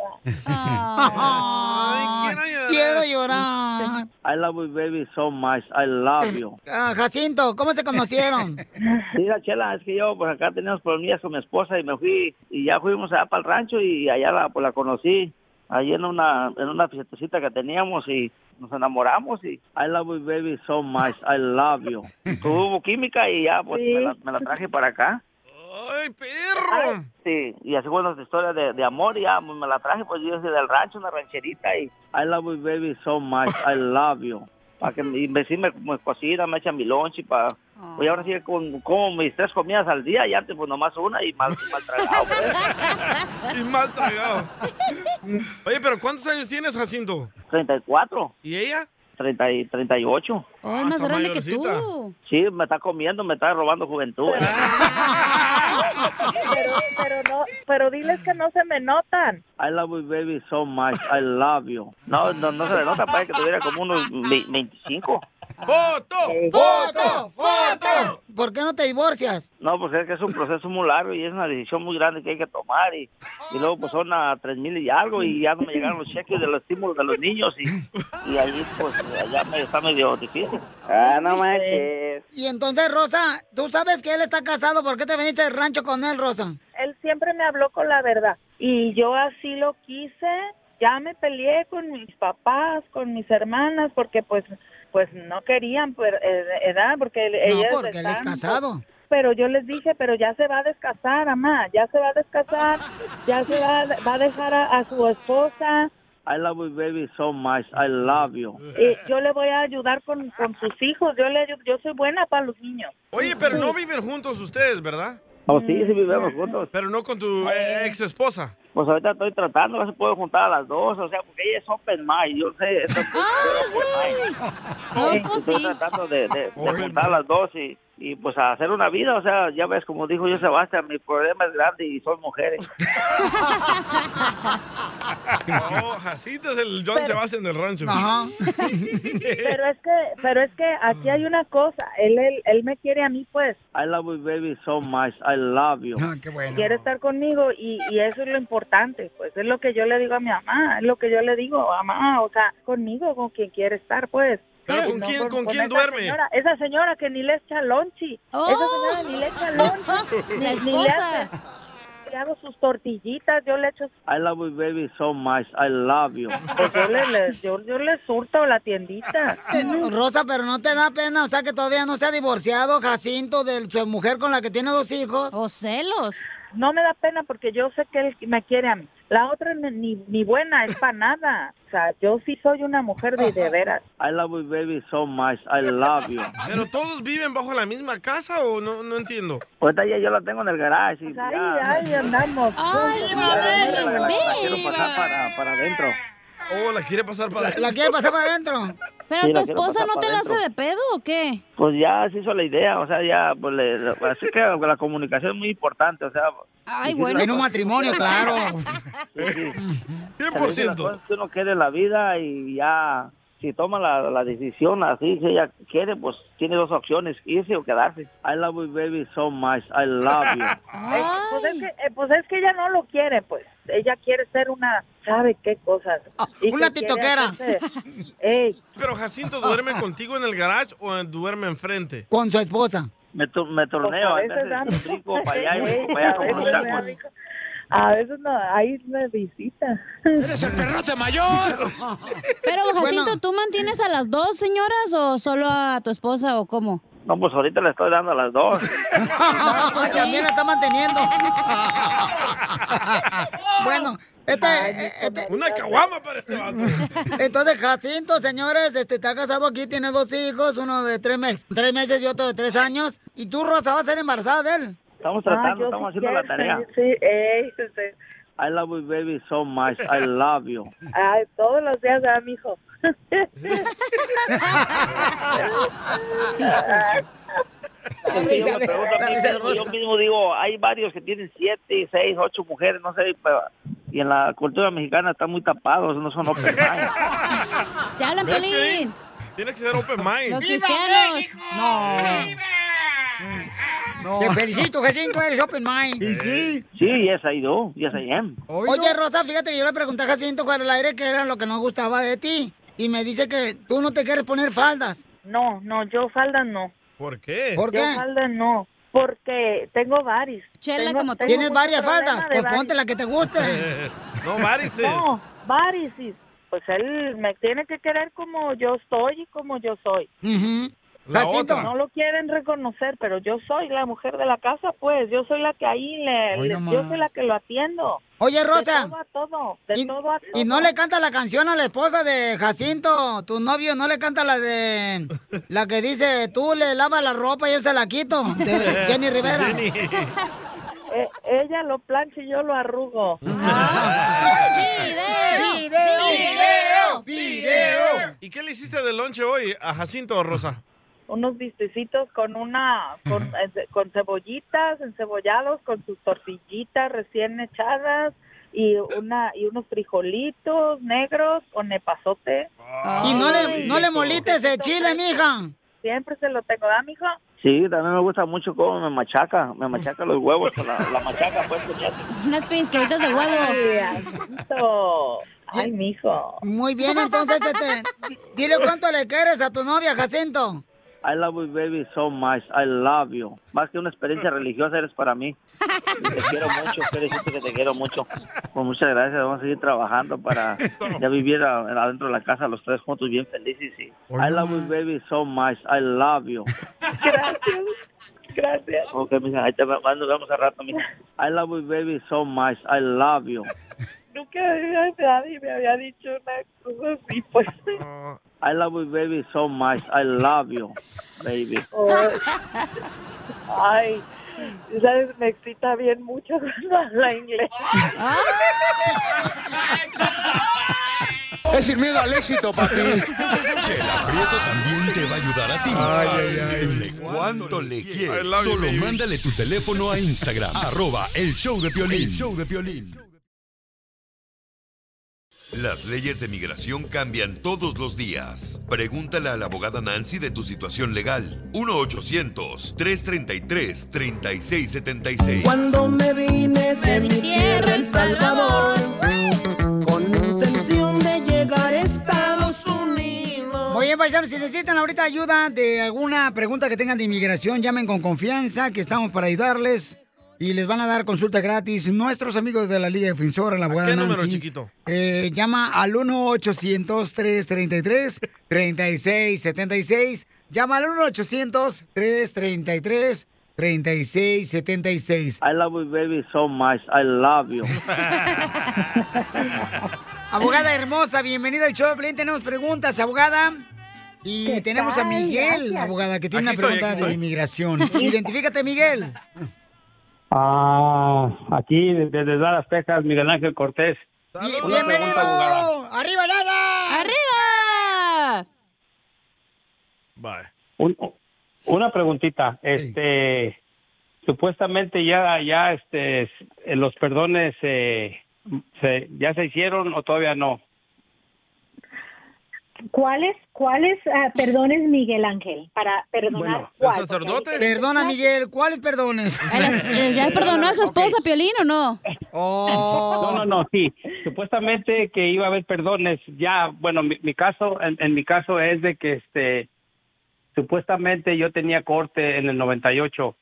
A: Quiero llorar.
V: I love you, baby, so much. I love you.
A: Ah, Jacinto, ¿cómo se conocieron?
V: Mira, Chela, es que yo por acá teníamos problemas con mi esposa y me fui, y ya fuimos allá para el rancho y allá la, pues, la conocí, ahí en una, en una fiestecita que teníamos y nos enamoramos y I love you, baby, so much. I love you. Tuvo química y ya, pues, me, la, me la traje para acá.
C: ¡Ay,
B: Mm.
C: perro!
V: Sí, y así fue nuestra historia de, de amor y ya, pues, me la traje, pues, yo desde el rancho, una rancherita y I love you, baby, so much. I love you. Para que me, y me, sí me, me cocina, me echan mi lunch y para...
B: Ah.
V: Pues ahora sí, con, como mis tres comidas al día y antes pues nomás una y mal, mal tragado.
C: Y mal tragado. Oye, pero ¿cuántos años tienes, Jacinto?
V: 34.
C: ¿Y ella?
V: 30 y 38.
B: Oh, es más
V: está
B: grande que tú. Ah,
V: mayorcita. Sí, me está comiendo, me está robando juventud.
S: Pero, pero no, pero diles que no se me notan.
V: I love you, baby, so much. I love you. No, no, no se le nota, parece que tuviera como unos ve- 25.
C: ¡Foto!
A: ¡Foto! ¡Foto! ¿Por qué no te divorcias?
V: No, pues es que es un proceso muy largo y es una decisión muy grande que hay que tomar. Y, y luego, pues son a tres mil y algo y ya no me llegaron los cheques de los estímulos de los niños. Y, y ahí, pues, ya me, está medio difícil. Ah, no manches.
A: Y entonces, Rosa, tú sabes que él está casado, ¿por qué te viniste del rancho con él, Rosa?
S: Él siempre me habló con la verdad y yo así lo quise. Ya me peleé con mis papás, con mis hermanas, porque pues, pues no querían, pero, eh, edad, porque ellas
A: porque él es
S: estaban,
A: casado.
S: Pero yo les dije, pero ya se va a descasar, mamá, ya se va a descasar, ya se va, va a dejar a- a su esposa.
V: I love you, baby, so much. I love you.
S: Eh, yo le voy a ayudar con, con sus hijos, yo le ayu- yo soy buena para los niños.
C: Oye, pero no viven juntos ustedes, ¿verdad?
V: No, Oh, sí, sí vivimos juntos.
C: Pero no con tu eh, ex esposa.
V: Pues ahorita estoy tratando, a ver si puedo juntar a las dos, o sea, porque ella es open mind, yo sé. es open
A: Ah.
V: mind.
D: No,
V: Sí,
D: pues
V: estoy
D: sí.
V: tratando de, de- de juntar a las dos y, y pues a hacer una vida, o sea, ya ves, como dijo yo Sebastián, mi problema es grande y son mujeres.
C: No, Jacinto es el John
S: Pero-
C: Sebastián del rancho.
S: Ajá. Pero es que, pero es que aquí hay una cosa, él, él, él me quiere a mí, pues,
V: I love you, baby, so much. I love you.
A: qué bueno.
S: quiere estar conmigo y, y eso es lo importante, pues, es lo que yo le digo a mi mamá, es lo que yo le digo, mamá, o sea, conmigo, con quien quiere estar, pues.
D: Pero ¿con
S: No
D: quién- con quién
S: esa
D: duerme?
S: señora- esa señora que ni le echa lonchi, esa señora ni le echa lonchi,
D: Oh. La
S: ni- ni le
D: esposa.
S: hace- le hago sus tortillitas, yo le echo
V: I love you, baby, so much. I love you.
S: yo le, le- yo, yo le surto la tiendita.
A: Eh, Rosa, pero no te da pena, o sea, que todavía no se ha divorciado Jacinto de su mujer con la que tiene dos hijos.
B: O celos.
S: No me da pena porque yo sé que él me quiere a mí. La otra ni- ni, ni buena es para nada. O sea, yo sí soy una mujer de, de veras.
V: I love you, baby, so much. I love you.
C: ¿Pero todos viven bajo la misma casa o no, no entiendo?
V: Ahorita ya yo la tengo en el garage. y
S: Ay,
V: ya.
S: ay, andamos.
B: Ay,
V: Ya, la- la- la quiero pasar para, para adentro.
C: Oh, la quiere pasar para
A: ¿La quiere pasar para adentro?
B: ¿Pero
V: Sí,
B: tu
V: la quiero
B: esposa
V: pasar
B: no te
V: para
B: la hace
V: adentro.
B: de pedo o qué?
V: Pues ya se hizo la idea, o sea, ya, pues le- le- así que la comunicación es muy importante, o sea.
B: Ay,
V: difícil
B: bueno.
V: las
B: En un
V: cosas.
B: matrimonio, claro.
V: Sí, sí. Se dicen las
C: 100%.
V: cosas que uno quiere en la vida y ya, si toma la, la decisión así, si ella quiere, pues tiene dos opciones, irse o quedarse. I love you, baby, so much, I love you.
S: Eh, pues, es que, eh, pues es que ella no lo quiere, pues. Ella quiere ser una, ¿sabe qué cosas?
C: una
S: que quiere
C: titoquera.
S: hacerse- Ey,
C: ¿Pero Jacinto duerme contigo en el garage o eh, duerme enfrente?
A: Con su esposa.
V: Me, tu- me
S: pues,
V: torneo,
S: a
V: a
S: veces da-
V: veces rico para allá y rico para allá como
S: a
V: un
S: veces
V: chaco.
S: da rico. A veces no, ahí me visita.
V: ¡Eres el perrote mayor!
B: Pero, Jacinto, ¿tú mantienes a las dos señoras o solo a tu esposa o cómo?
V: No, pues ahorita le estoy dando a las dos.
A: pues también la está manteniendo. bueno, este, esta,
C: Una caguama para este vato.
A: Entonces, Jacinto, señores, este, está casado aquí, tiene dos hijos, uno de tres, mes- tres meses y otro de tres años. Y tú, Rosa, vas a ser embarazada de él.
V: Estamos tratando, estamos haciendo la tarea.
S: eh. este,
V: I love you, baby, so much. I love you.
S: Ay, todos los días, ah, da mi hijo.
V: Porque yo, me pregunto a mí mismo, yo mismo digo, hay varios que tienen siete, seis, ocho mujeres, no sé, pero, y en la cultura mexicana están muy tapados, no son open mind.
B: ¡Te hablan,
V: ¿Ves,
B: Pelín!
C: Tiene que ser open mind.
B: Los cristianos.
A: No. Te felicito, Jacinto, eres open mind.
V: ¿Y sí? Eh, Sí, yes I do, yes I am.
A: Oye, Rosa, fíjate que yo le pregunté a Jacinto fuera el aire qué era lo que no gustaba de ti. Y me dice que tú no te quieres poner faldas.
S: No, no, yo faldas no.
C: ¿Por qué?
A: ¿Por
S: Yo
A: qué?
S: faldas no, porque tengo varias.
A: Chela,
S: Tengo-
A: como tú.
S: tengo
A: ¿Tienes
S: mucho
A: varias
S: problema
A: faldas?
S: de
A: Pues
S: varices.
A: ponte la que te guste.
C: No, varices.
S: No, varices. Pues él me tiene que querer como yo soy y como yo soy. Pues
C: La otra.
S: No lo quieren reconocer, pero yo soy la mujer de la casa, pues. Yo soy la que ahí le,
A: Hoy
S: le-
A: nomás.
S: yo soy la que lo atiendo.
A: Oye,
S: De
A: Rosa.
S: todo a todo, de todo a todo.
A: Y no le canta la canción a la esposa de Jacinto, tu novio, no le canta la de la que dice, tú le lavas la ropa y yo se la quito, de Jenny Rivera.
S: Eh, ella lo plancha y yo lo arrugo.
A: Ah.
D: ¡Video!
S: ¡Video! ¡Video!
C: ¿Y qué le hiciste de lonche hoy a Jacinto Rosa?
S: unos vistecitos con una con, eh, con cebollitas encebollados con sus tortillitas recién echadas y una y unos frijolitos negros con epazote
A: Y no le, no le molites de chile, mija.
S: siempre se lo tengo da mijo
V: Sí, también me gusta mucho cómo me machaca, me machaca los huevos con la, la machaca, pues, que me hace.
B: Unas pizcaditas de huevo.
S: Jacinto. ay mijo
A: Muy bien, entonces, este, di- dile cuánto le quieres a tu novia, Jacinto.
V: I love you, baby, so much. I love you. Más que una experiencia religiosa, eres para mí. Te quiero mucho, quiero decirte que te quiero mucho. Pues muchas gracias, vamos a seguir trabajando para ya vivir a- adentro de la casa los tres juntos bien felices. Y I love you, baby, so much. I love you.
S: gracias gracias
V: Ok, mija, ahí te va- nos vemos al rato, mija. I love you, baby, so much. I love you.
S: nunca nadie me había dicho una cosa así pues
V: I love you,
S: Oh.
V: baby, so much. I love you, baby.
S: Ay, ¿Sabes? Me excita bien mucho cuando habla inglés.
F: Es sin miedo al éxito, papi. Chela Prieto también te va a ayudar a ti
D: Ay,
F: a
D: ay, ay.
F: decirle cuánto le quieres.
D: I love you,
F: Solo
D: baby.
F: mándale tu teléfono a Instagram, arroba el show de Piolín.
H: El
F: show de Piolín.
H: Las leyes de migración cambian todos los días. Pregúntale a la abogada Nancy de tu situación legal. 1-800-333-3676.
D: Cuando me vine de mi tierra, El Salvador, con intención de llegar a Estados Unidos.
A: Muy bien, paisanos, si necesitan ahorita ayuda de alguna pregunta que tengan de inmigración, llamen con confianza, que estamos para ayudarles. Y les van a dar consulta gratis nuestros amigos de la Liga Defensora, la abogada
C: qué número,
A: Nancy.
C: chiquito?
A: Eh, llama al 1-800-333-3676. Llama al 1-800-333-3676.
V: I love you, baby, so much. I love you.
A: Abogada hermosa, bienvenida al show de Piolín. Tenemos preguntas, abogada. Y
D: ¿Qué
A: tenemos a
D: tal?
A: Miguel,
D: Gracias.
A: abogada, que tiene
D: Aquí
A: una
D: estoy,
A: pregunta
D: aquí
A: de
D: estoy.
A: inmigración. Identifícate, Miguel.
K: Ah, aquí desde Dallas, Texas, Miguel Ángel Cortés.
A: Bienvenido. ¡Arriba, Lana!
B: ¡Arriba!
K: Un- una preguntita, este, supuestamente ya, ya, este, eh, los perdones eh, se, ya se hicieron o todavía no.
M: ¿Cuáles, cuáles ah, perdones, Miguel Ángel? Para perdonar. ¿cuál?
A: Perdona, Miguel, ¿cuáles perdones?
B: eh, ¿Ya perdonó a su esposa, Piolín, o no?
K: No, no, no, sí. Supuestamente que iba a haber perdones. Ya, bueno, mi, mi caso, en, en mi caso es de que, este, supuestamente yo tenía corte en el 98,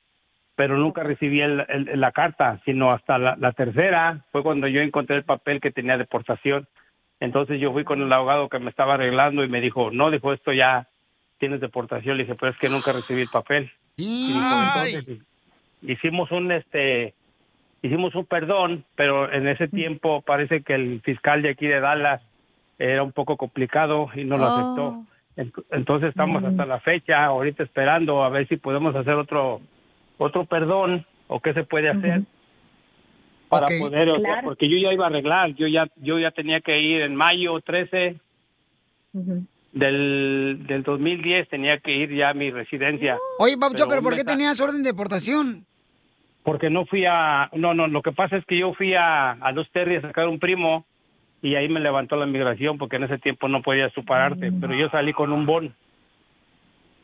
K: pero nunca recibí el- el- la carta, sino hasta la, la tercera fue cuando yo encontré el papel que tenía deportación. Entonces yo fui con el abogado que me estaba arreglando y me dijo, no, dijo, esto ya tienes deportación. Le dije, pero es que nunca recibí el papel. Y dijo, "Entonces, hicimos un, este, hicimos un perdón, pero en ese tiempo parece que el fiscal de aquí de Dallas era un poco complicado y no lo
W: Oh.
K: aceptó. Ent- Entonces estamos hasta la fecha, ahorita esperando a ver si podemos hacer otro otro perdón o qué se puede hacer para
W: Ok.
K: poder, o sea,
W: Claro.
K: porque yo ya iba a arreglar, yo ya yo ya tenía que ir en mayo 13 del del 2010 tenía que ir ya a mi residencia.
A: Oye, Papucho, ¿pero
K: un
A: por qué
K: mes a-
A: tenías orden de deportación?
K: porque no fui a... No, no, lo que pasa es que yo fui a, a Dos Terry a sacar un primo y ahí me levantó la migración porque en ese tiempo no podías separarte,
C: Mm.
K: pero yo salí con un bon.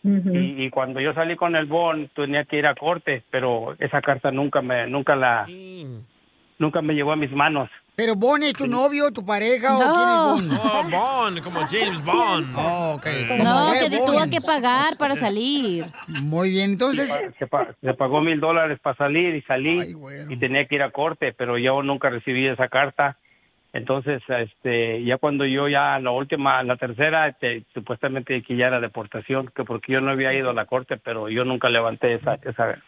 C: Mm.
K: Y, y cuando yo salí con el bon tenía que ir a corte, pero esa carta nunca me nunca la
C: Mm.
K: nunca me llegó a mis manos.
A: ¿Pero Bon es tu novio, tu pareja o quién es Bon?
C: Oh, Bond, como James Bond. Eh.
A: Oh, ok.
B: No, que te tuvo que pagar para salir.
A: Muy bien, entonces.
K: Se, pa- se pagó mil dólares para salir y salí y tenía que ir a corte, pero yo nunca recibí esa carta. Entonces, este, ya cuando yo ya la última, la tercera, este, supuestamente que ya era deportación, que porque yo no había ido a la corte, pero yo nunca levanté esa, esa,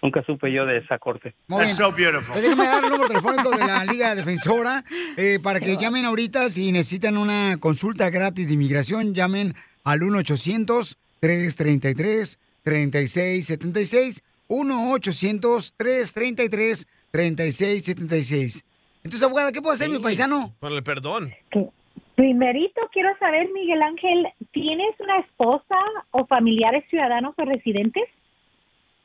K: nunca supe yo de esa corte.
A: Muy bien. Pues déjame dar el número telefónico de la Liga Defensora eh, para que llamen ahorita si necesitan una consulta gratis de inmigración. Llamen al 1-800-333-3676. 1-800-333-3676. Entonces, abogada, ¿qué puedo hacer, mi paisano?
C: Con el perdón.
M: Primerito, quiero saber, Miguel Ángel, ¿tienes una esposa o familiares ciudadanos o residentes?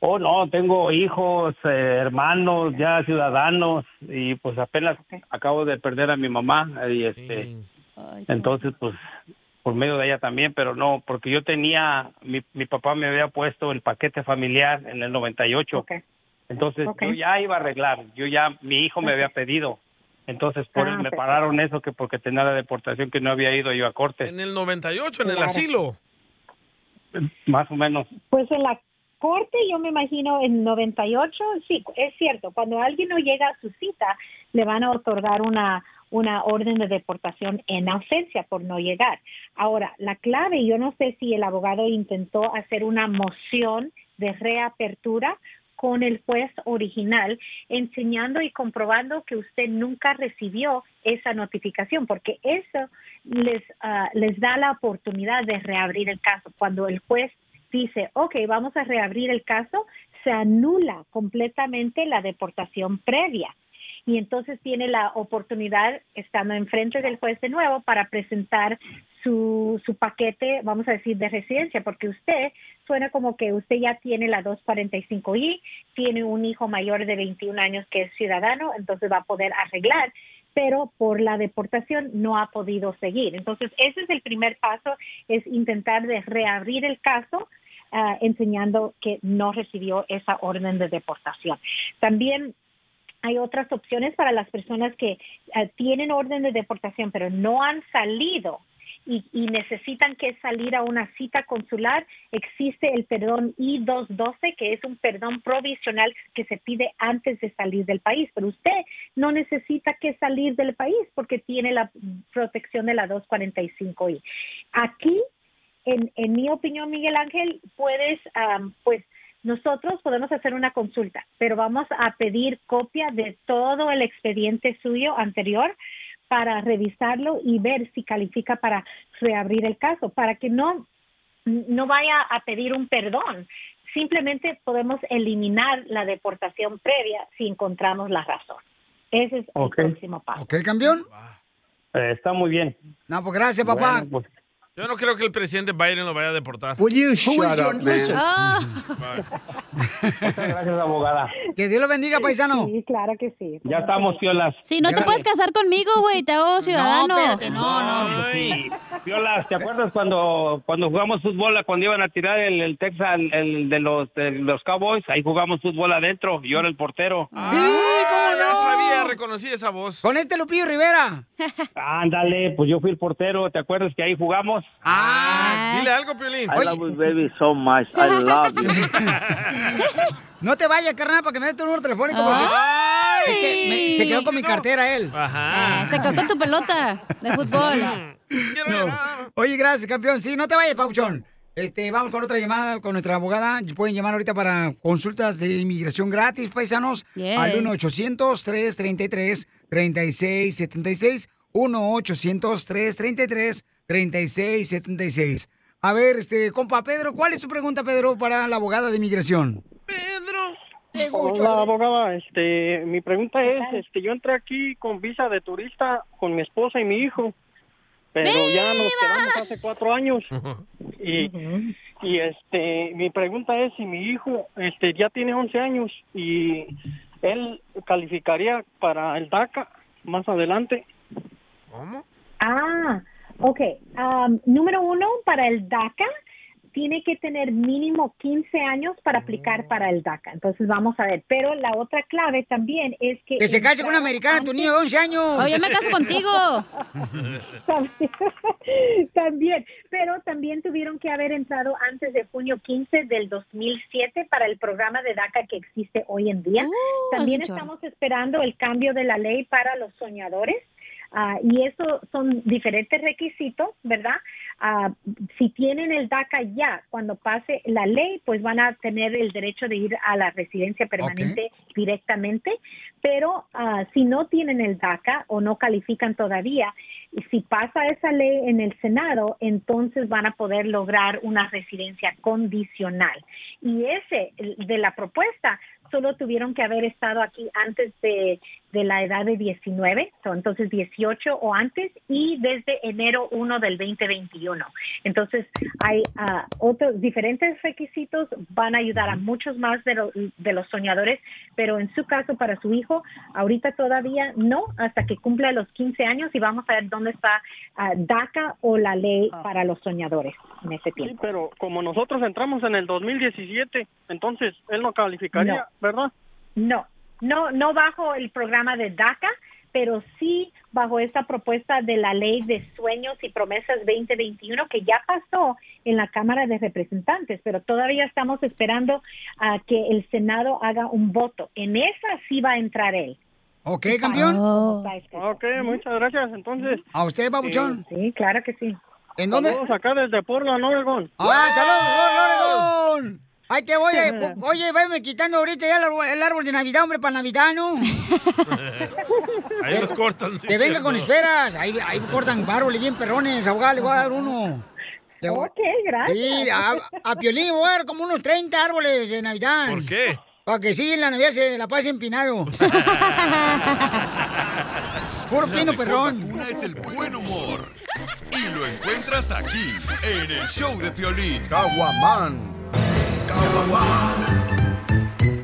K: Oh, no, tengo hijos, eh, hermanos, ya ciudadanos, y pues apenas acabo de perder a mi mamá, eh, y este, entonces pues por medio de ella también, pero no, porque yo tenía, mi, mi papá me había puesto el paquete familiar en el 98, entonces Ok. yo ya iba a arreglar, yo ya, mi hijo me había pedido, entonces por,
C: Ah,
K: me
C: perfecto.
K: pararon eso que porque tenía la deportación que no había ido yo a corte,
C: En el 98, en el
K: Claro.
C: asilo.
K: más o menos.
M: Pues en la corte, yo me imagino, en 98, sí, es cierto, cuando alguien no llega a su cita, le van a otorgar una, una orden de deportación en ausencia por no llegar. Ahora, la clave, yo no sé si el abogado intentó hacer una moción de reapertura con el juez original, enseñando y comprobando que usted nunca recibió esa notificación, porque eso les, ah, les da la oportunidad de reabrir el caso. Cuando el juez dice, ok, vamos a reabrir el caso, se anula completamente la deportación previa. Y entonces tiene la oportunidad, estando enfrente del juez de nuevo, para presentar su, su paquete, vamos a decir, de residencia, porque usted suena como que usted ya tiene la 245I, tiene un hijo mayor de 21 años que es ciudadano, entonces va a poder arreglar pero por la deportación no ha podido seguir. Entonces, ese es el primer paso, es intentar de reabrir el caso ah, enseñando que no recibió esa orden de deportación. También hay otras opciones para las personas que ah, tienen orden de deportación, pero no han salido y, y necesitan que salir a una cita consular, existe el perdón I-212, que es un perdón provisional que se pide antes de salir del país. Pero usted no necesita que salir del país porque tiene la protección de la 245I. Aquí, en, en mi opinión, Miguel Ángel, puedes, am, pues, nosotros podemos hacer una consulta, pero vamos a pedir copia de todo el expediente suyo anterior para revisarlo y ver si califica para reabrir el caso, para que no, no vaya a pedir un perdón. Simplemente podemos eliminar la deportación previa si encontramos la razón. Ese es
A: Ok.
M: el próximo paso.
A: ¿Ok, campeón?
K: Eh, está muy bien.
A: No, pues gracias, papá.
K: Bueno, pues,
C: Yo no creo que el presidente Biden lo vaya a deportar.
A: Will you shut up, man?
K: gracias, abogada.
A: Que Dios lo bendiga, paisano.
M: Sí, claro que sí.
K: Ya estamos, Piolas.
B: Sí, no te puedes casar conmigo, güey, te hago ciudadano.
A: espérate, no,
K: Ay, Piolas, ¿te acuerdas cuando, cuando jugamos fútbol, cuando iban a tirar el, el Texas, el de los, de los Cowboys? Ahí jugamos fútbol adentro, yo era el portero.
C: Ah. Ya sabía, reconocí esa voz.
A: Con este Lupillo Rivera.
K: Ándale, pues yo fui el portero, ¿te acuerdas que ahí jugamos?
C: pues, Dile algo, Piolín.
V: I love you, baby, so much. I love you.
A: No te vayas, carnal, para que me dé tu número telefónico. Porque
B: Ay.
A: Es que me- se quedó con mi cartera él.
C: Ajá.
B: Ah, Se quedó con tu pelota de fútbol.
A: Oye, gracias, campeón. Sí, no te vayas, Pauchón. Este, vamos con otra llamada con nuestra abogada. Pueden llamar ahorita para consultas de inmigración gratis, paisanos,
D: Yes.
A: al 1-800-333-3676. 1-800-333-3676. A ver, este, compa Pedro, ¿cuál es su pregunta, Pedro, para la abogada de inmigración?
L: Hola, abogada. Este, mi pregunta es, este, yo entré aquí con visa de turista con mi esposa y mi hijo, pero ya nos quedamos hace cuatro años. Y, y este, mi pregunta es si mi hijo, este, ya tiene 11 años y él calificaría para el DACA más adelante.
M: Ah, ok. Am, número uno, para el DACA, tiene que tener mínimo 15 años
A: Mm.
M: para aplicar para el DACA. Entonces vamos a ver. Pero la otra clave también es que...
A: Que se case con una americana, tu niño de 11 años.
B: Oye, me caso contigo.
M: También, también, pero también tuvieron que haber entrado antes de junio 15 del 2007 para el programa de DACA que existe hoy en día. también
B: es Oh, un chorro.
M: estamos esperando el cambio de la ley para los soñadores. ah, y eso son diferentes requisitos, ¿verdad? Ah, si tienen el DACA ya, cuando pase la ley, pues van a tener el derecho de ir a la residencia permanente directamente, pero ah, si no tienen el DACA o no califican todavía, y si pasa esa ley en el Senado, entonces van a poder lograr una residencia condicional. Y ese el de la propuesta solo tuvieron que haber estado aquí antes de, de la edad de 19, so, entonces 18 o antes, y desde enero 1 del 2021. Entonces hay ah, otros diferentes requisitos, van a ayudar a muchos más de, lo- de los soñadores, pero en su caso para su hijo, ahorita todavía no, hasta que cumpla los 15 años y vamos a ver dónde está ah, DACA o la ley para los soñadores en ese tiempo.
L: Ah. Sí, pero como nosotros entramos en el 2017, entonces él no calificaría, ¿verdad?
M: No, no, no bajo el programa de DACA, pero sí bajo esta propuesta de la ley de sueños y promesas 2021 que ya pasó en la Cámara de Representantes, pero todavía estamos esperando a que el Senado haga un voto. En esa sí va a entrar él.
A: Ok,
M: Y para-
A: campeón.
L: Ah, Ok, muchas gracias. Entonces,
A: A usted, babuchón.
M: Sí, claro que sí.
A: ¿En dónde?
L: Saludos acá desde Portland, Oregon.
A: ¡Ah, saludos, Oregón, Oregón! ¡Ay, que voy! eh, po- Oye, veme quitando ahorita ya el árbol- el árbol de Navidad, hombre, para Navidad, ¿no?
C: Ahí los cortan. sí,
A: que venga
C: cierto.
A: con esferas. Ahí, ahí cortan árboles bien perrones. Abogada, le voy a dar uno. Te voy-
M: Ok, gracias.
A: Sí, a, a Piolín voy a dar como unos 30 árboles de Navidad.
C: ¿Por qué?
A: Para que sí, en la Navidad se la pase empinado. Puro
F: La
A: pino
F: mejor
A: perrón.
F: vacuna es el buen humor. Y lo encuentras aquí, en el show de Piolín. Caguaman.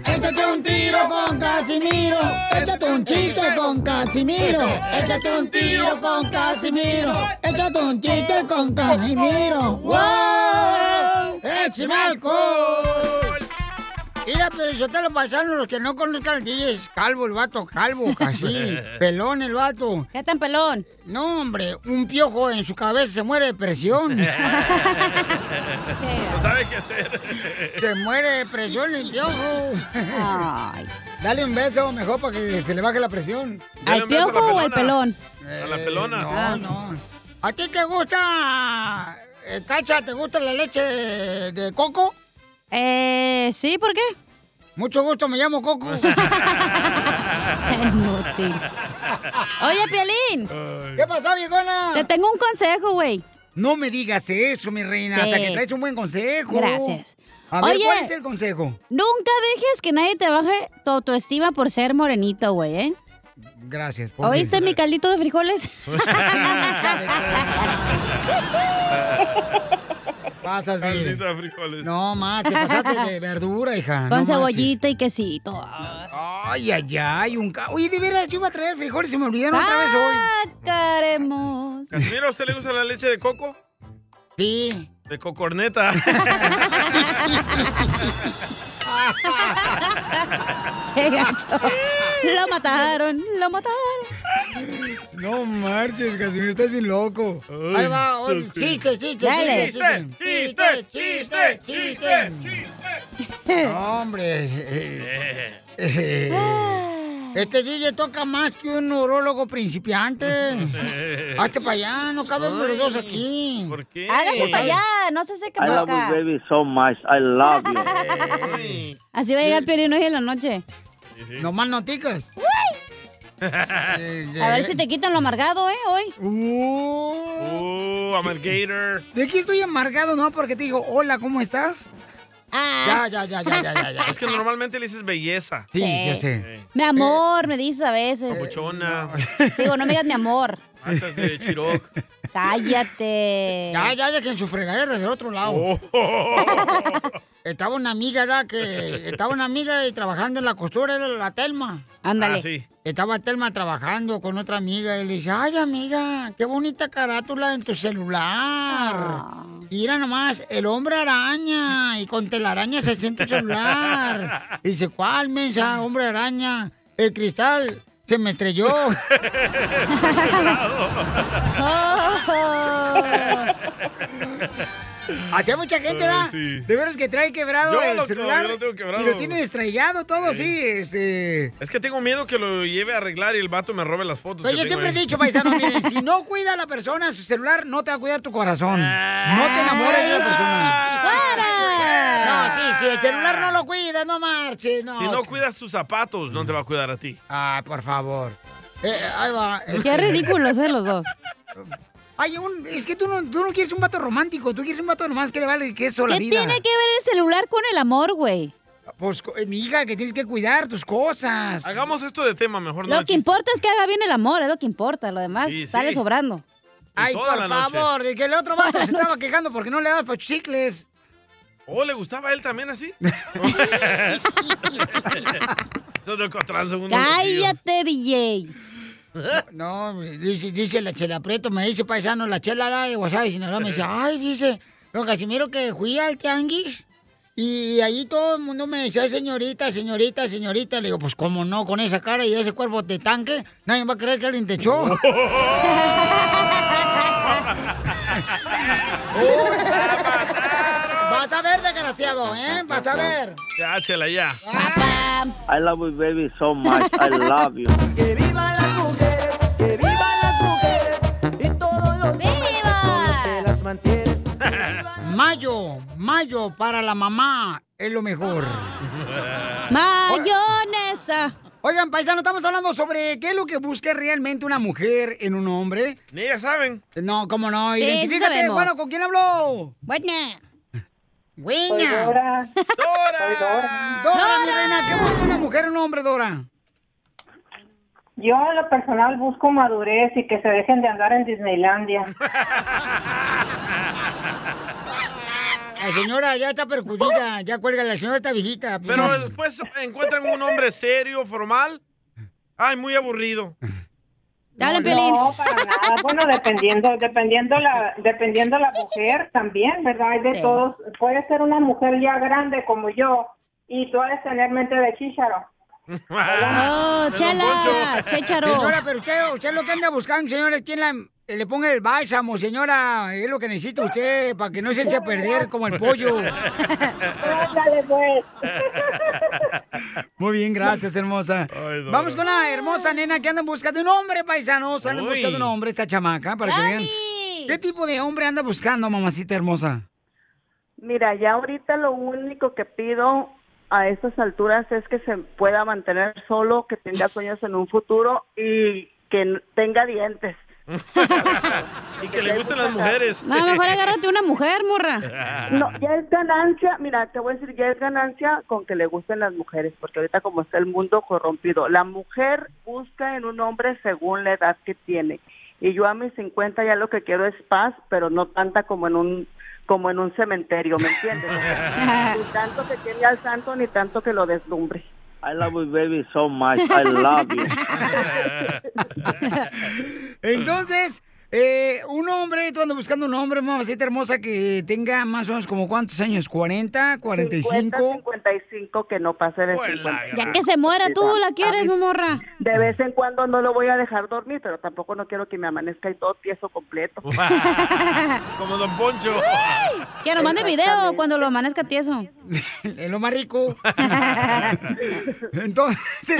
A: Échate un tiro con Casimiro. Échate un chiste con Casimiro. Échate un tiro con Casimiro. Échate un chiste con Casimiro. ¡Wow! ¡Échame alcohol! Mira, pero yo te lo pasaron los que no conozcan al DJ. Es calvo el vato, calvo, casi. pelón el vato.
B: ¿Qué tan pelón?
A: No, hombre, un piojo en su cabeza se muere de presión.
C: No sabe qué hacer.
A: Se muere de presión el piojo. Dale un beso mejor para que se le baje la presión.
C: Dale un beso a la pelona.
A: Eh,
C: A la pelona.
A: no, no. ¿A ti te gusta, eh, Cacha, te gusta la leche de, de coco? Eh, sí, ¿por qué? Mucho gusto, me llamo Coco.
B: Oye, Piolín.
A: ¿Qué pasó, viejona?
B: Te tengo un consejo, güey.
A: No me digas eso, mi reina, hasta
B: Sí.
A: que traes un buen consejo.
B: Gracias.
A: A ver,
B: Oye.
A: ¿cuál es el consejo?
B: Nunca dejes que nadie te baje tu autoestima por ser morenito, güey, ¿eh?
A: Gracias. por
B: ¿Oíste mi caldito de frijoles?
A: Pasas de...
C: Caldito de frijoles.
A: No, más, te pasaste de verdura, hija.
B: Con
A: no
B: cebollita y quesito.
A: marches. Ay, ay, ay, un... ca- Oye, de veras, yo iba a traer frijoles y me olvidaron otra vez hoy.
B: Sacaremos.
C: Casimiro, ¿a usted le gusta la leche de coco?
A: Sí.
C: De cocorneta.
B: ¡Qué gacho! Lo mataron, lo mataron.
A: No marches, Casimiro, estás bien loco. Ahí va, oye, chiste, chiste,
B: Dale.
A: chiste,
D: Chiste, chiste, chiste,
A: chiste. No, hombre. eh, eh, Este DJ toca más que un neurólogo principiante. Hazte para allá, no cabemos los dos aquí.
C: ¿Por qué?
B: Hágase para allá, no se seque
V: I
B: para
V: love
B: acá.
V: you, baby, so much. I love you.
B: Así va a llegar Piolín hoy en la noche.
A: No más noticas. Eh,
B: A ver si te quitan lo amargado, ¿eh? Hoy.
C: Uh, amargator.
A: ¿De qué estoy amargado, no? Porque te digo, hola, ¿cómo estás?
B: Ah.
A: Ya, ya, ya, ya, ya, ya. ya.
C: Es que normalmente le dices belleza.
A: Sí, yo sé.
B: Mi amor, me dices a veces.
C: Papuchona,
B: Digo, no me digas mi amor.
C: manchas de chiroc.
B: Cállate.
A: Ya, ya, ya, que en su fregadera es del otro lado.
B: Oh.
A: estaba una amiga, ¿verdad? Que estaba una amiga y trabajando en la costura, era la Telma.
B: Ándale. Ah, sí.
A: Estaba Telma trabajando con otra amiga y le dice, ay, amiga, qué bonita carátula en tu celular.
B: Ah.
A: Mira nomás, el hombre araña y con telaraña se siente tu celular. Y dice, ¿cuál mensa, hombre araña? El cristal se me estrelló. Así hay mucha gente,
D: Ay,
A: ¿verdad?
D: sí.
A: De veras que trae quebrado
C: Yo
A: el
C: lo-
A: celular.
C: yo lo tengo quebrado.
A: Y lo tienen estrellado todo así, este.
C: Es que tengo miedo que lo lleve a arreglar y el vato me robe las fotos.
A: Pero
C: que
A: Pues yo
C: tengo
A: siempre he
C: ahí.
A: dicho, paisano, miren, si no cuida a la persona su celular, no te va a cuidar tu corazón.
C: Ah,
A: No te enamores de la persona. No, sí, sí, el celular no lo cuida, no marche, no.
C: Si no cuidas tus zapatos, no te va a cuidar a ti.
A: Ah, por favor. Eh, ahí va.
B: Qué ridículos, ¿eh? Los dos.
A: Ay, un- es que tú no, tú no quieres un vato romántico, tú quieres un vato nomás que le vale queso la
B: ¿Qué
A: vida.
B: tiene que ver el celular con el amor, güey?
A: Pues, co- eh, mi hija, que tienes que cuidar tus cosas.
C: Hagamos esto de tema, mejor no.
B: Lo que importa es que haga bien el amor, es lo que importa. Lo demás
C: Sí, sí.
B: sale sobrando.
A: Ay,
C: toda la
A: por
C: noche.
A: favor, y que el otro vato se estaba quejando porque no le das para chicles.
C: ¿O Oh, le gustaba a él también así? Eso de Cotlán, segundo
B: Cállate, DJ.
A: No, me dice, dice la chela Prieto, me dice paisano, la chela da de WhatsApp, Sinaloa, me dice, ay, dice, don Casimiro que fui al tianguis y ahí todo el mundo me decía, señorita, señorita, señorita. Le digo, pues cómo no, con esa cara y ese cuerpo de tanque, nadie va a creer que alguien te echó. Vas a ver, desgraciado, ¿eh? Vas a ver.
C: Ya, chela, ya.
V: I love you, baby, so much. I love you.
A: Mayo, mayo para la mamá es lo mejor.
B: Mayonesa.
A: Oigan, paisano, estamos hablando sobre qué es lo que busca realmente una mujer en un hombre.
C: Ni ellas saben.
A: No, cómo no.
B: Sí, sí
A: Identifícate,
B: sabemos.
A: bueno, ¿con quién habló?
B: Buena.
A: Buena.
B: Dora.
A: Dora. Dora. mi reina, ¿qué busca una mujer en un hombre, Dora?
N: Yo en lo personal busco madurez y que se dejen de andar en Disneylandia.
A: La señora ya está percudida, ya cuelga, la señora está viejita. pues,
C: Pero después encuentran un hombre serio, formal. Ay, muy aburrido.
N: Dale, No, para nada. Bueno, dependiendo, dependiendo la, dependiendo la mujer también, ¿verdad? Hay de
B: Sí.
N: todos. Puede ser una mujer ya grande como yo y tú has de tener mente de chícharo.
A: ¡Oh,
N: Don Chela, Poncho. chécharo.
A: Señora, pero usted, usted lo que anda buscando, señora, es quien la- eh, le ponga el bálsamo, señora. Es lo que necesita usted para que no se eche a perder como el pollo.
N: Ándale, pues.
A: Muy bien, gracias, hermosa. Vamos con la hermosa nena que anda en busca de un hombre, paisanos. Anda en busca de un hombre, esta chamaca, para que vean. ¿Qué tipo de hombre anda buscando, mamacita hermosa?
X: Mira, ya ahorita lo único que pido a estas alturas es que se pueda mantener solo, que tenga sueños en un futuro y que n- tenga dientes.
C: y que le gusten las mujeres.
B: No, mejor agárrate una mujer, morra.
X: No, ya es ganancia, mira, te voy a decir, ya es ganancia con que le gusten las mujeres, porque ahorita como está el mundo corrompido, la mujer busca en un hombre según la edad que tiene. Y yo a mis 50 ya lo que quiero es paz, pero no tanta como en un como en un cementerio, ¿me entiendes? ni tanto que tiene al santo ni tanto que lo deslumbre.
V: I love you, baby, so much. I love you.
A: Entonces, eh, un hombre, tú andas buscando un hombre, mamacita hermosa, que tenga más o menos como cuántos años, 40, 45.
X: 55 que no pase de 50.
B: Ya que se muera, tú la quieres, morra.
X: De vez en cuando no lo voy a dejar dormir, pero tampoco no quiero que me amanezca y todo tieso completo.
C: Como Don Poncho.
B: Que nos mande video cuando lo amanezca tieso.
A: es lo más rico. Entonces, si-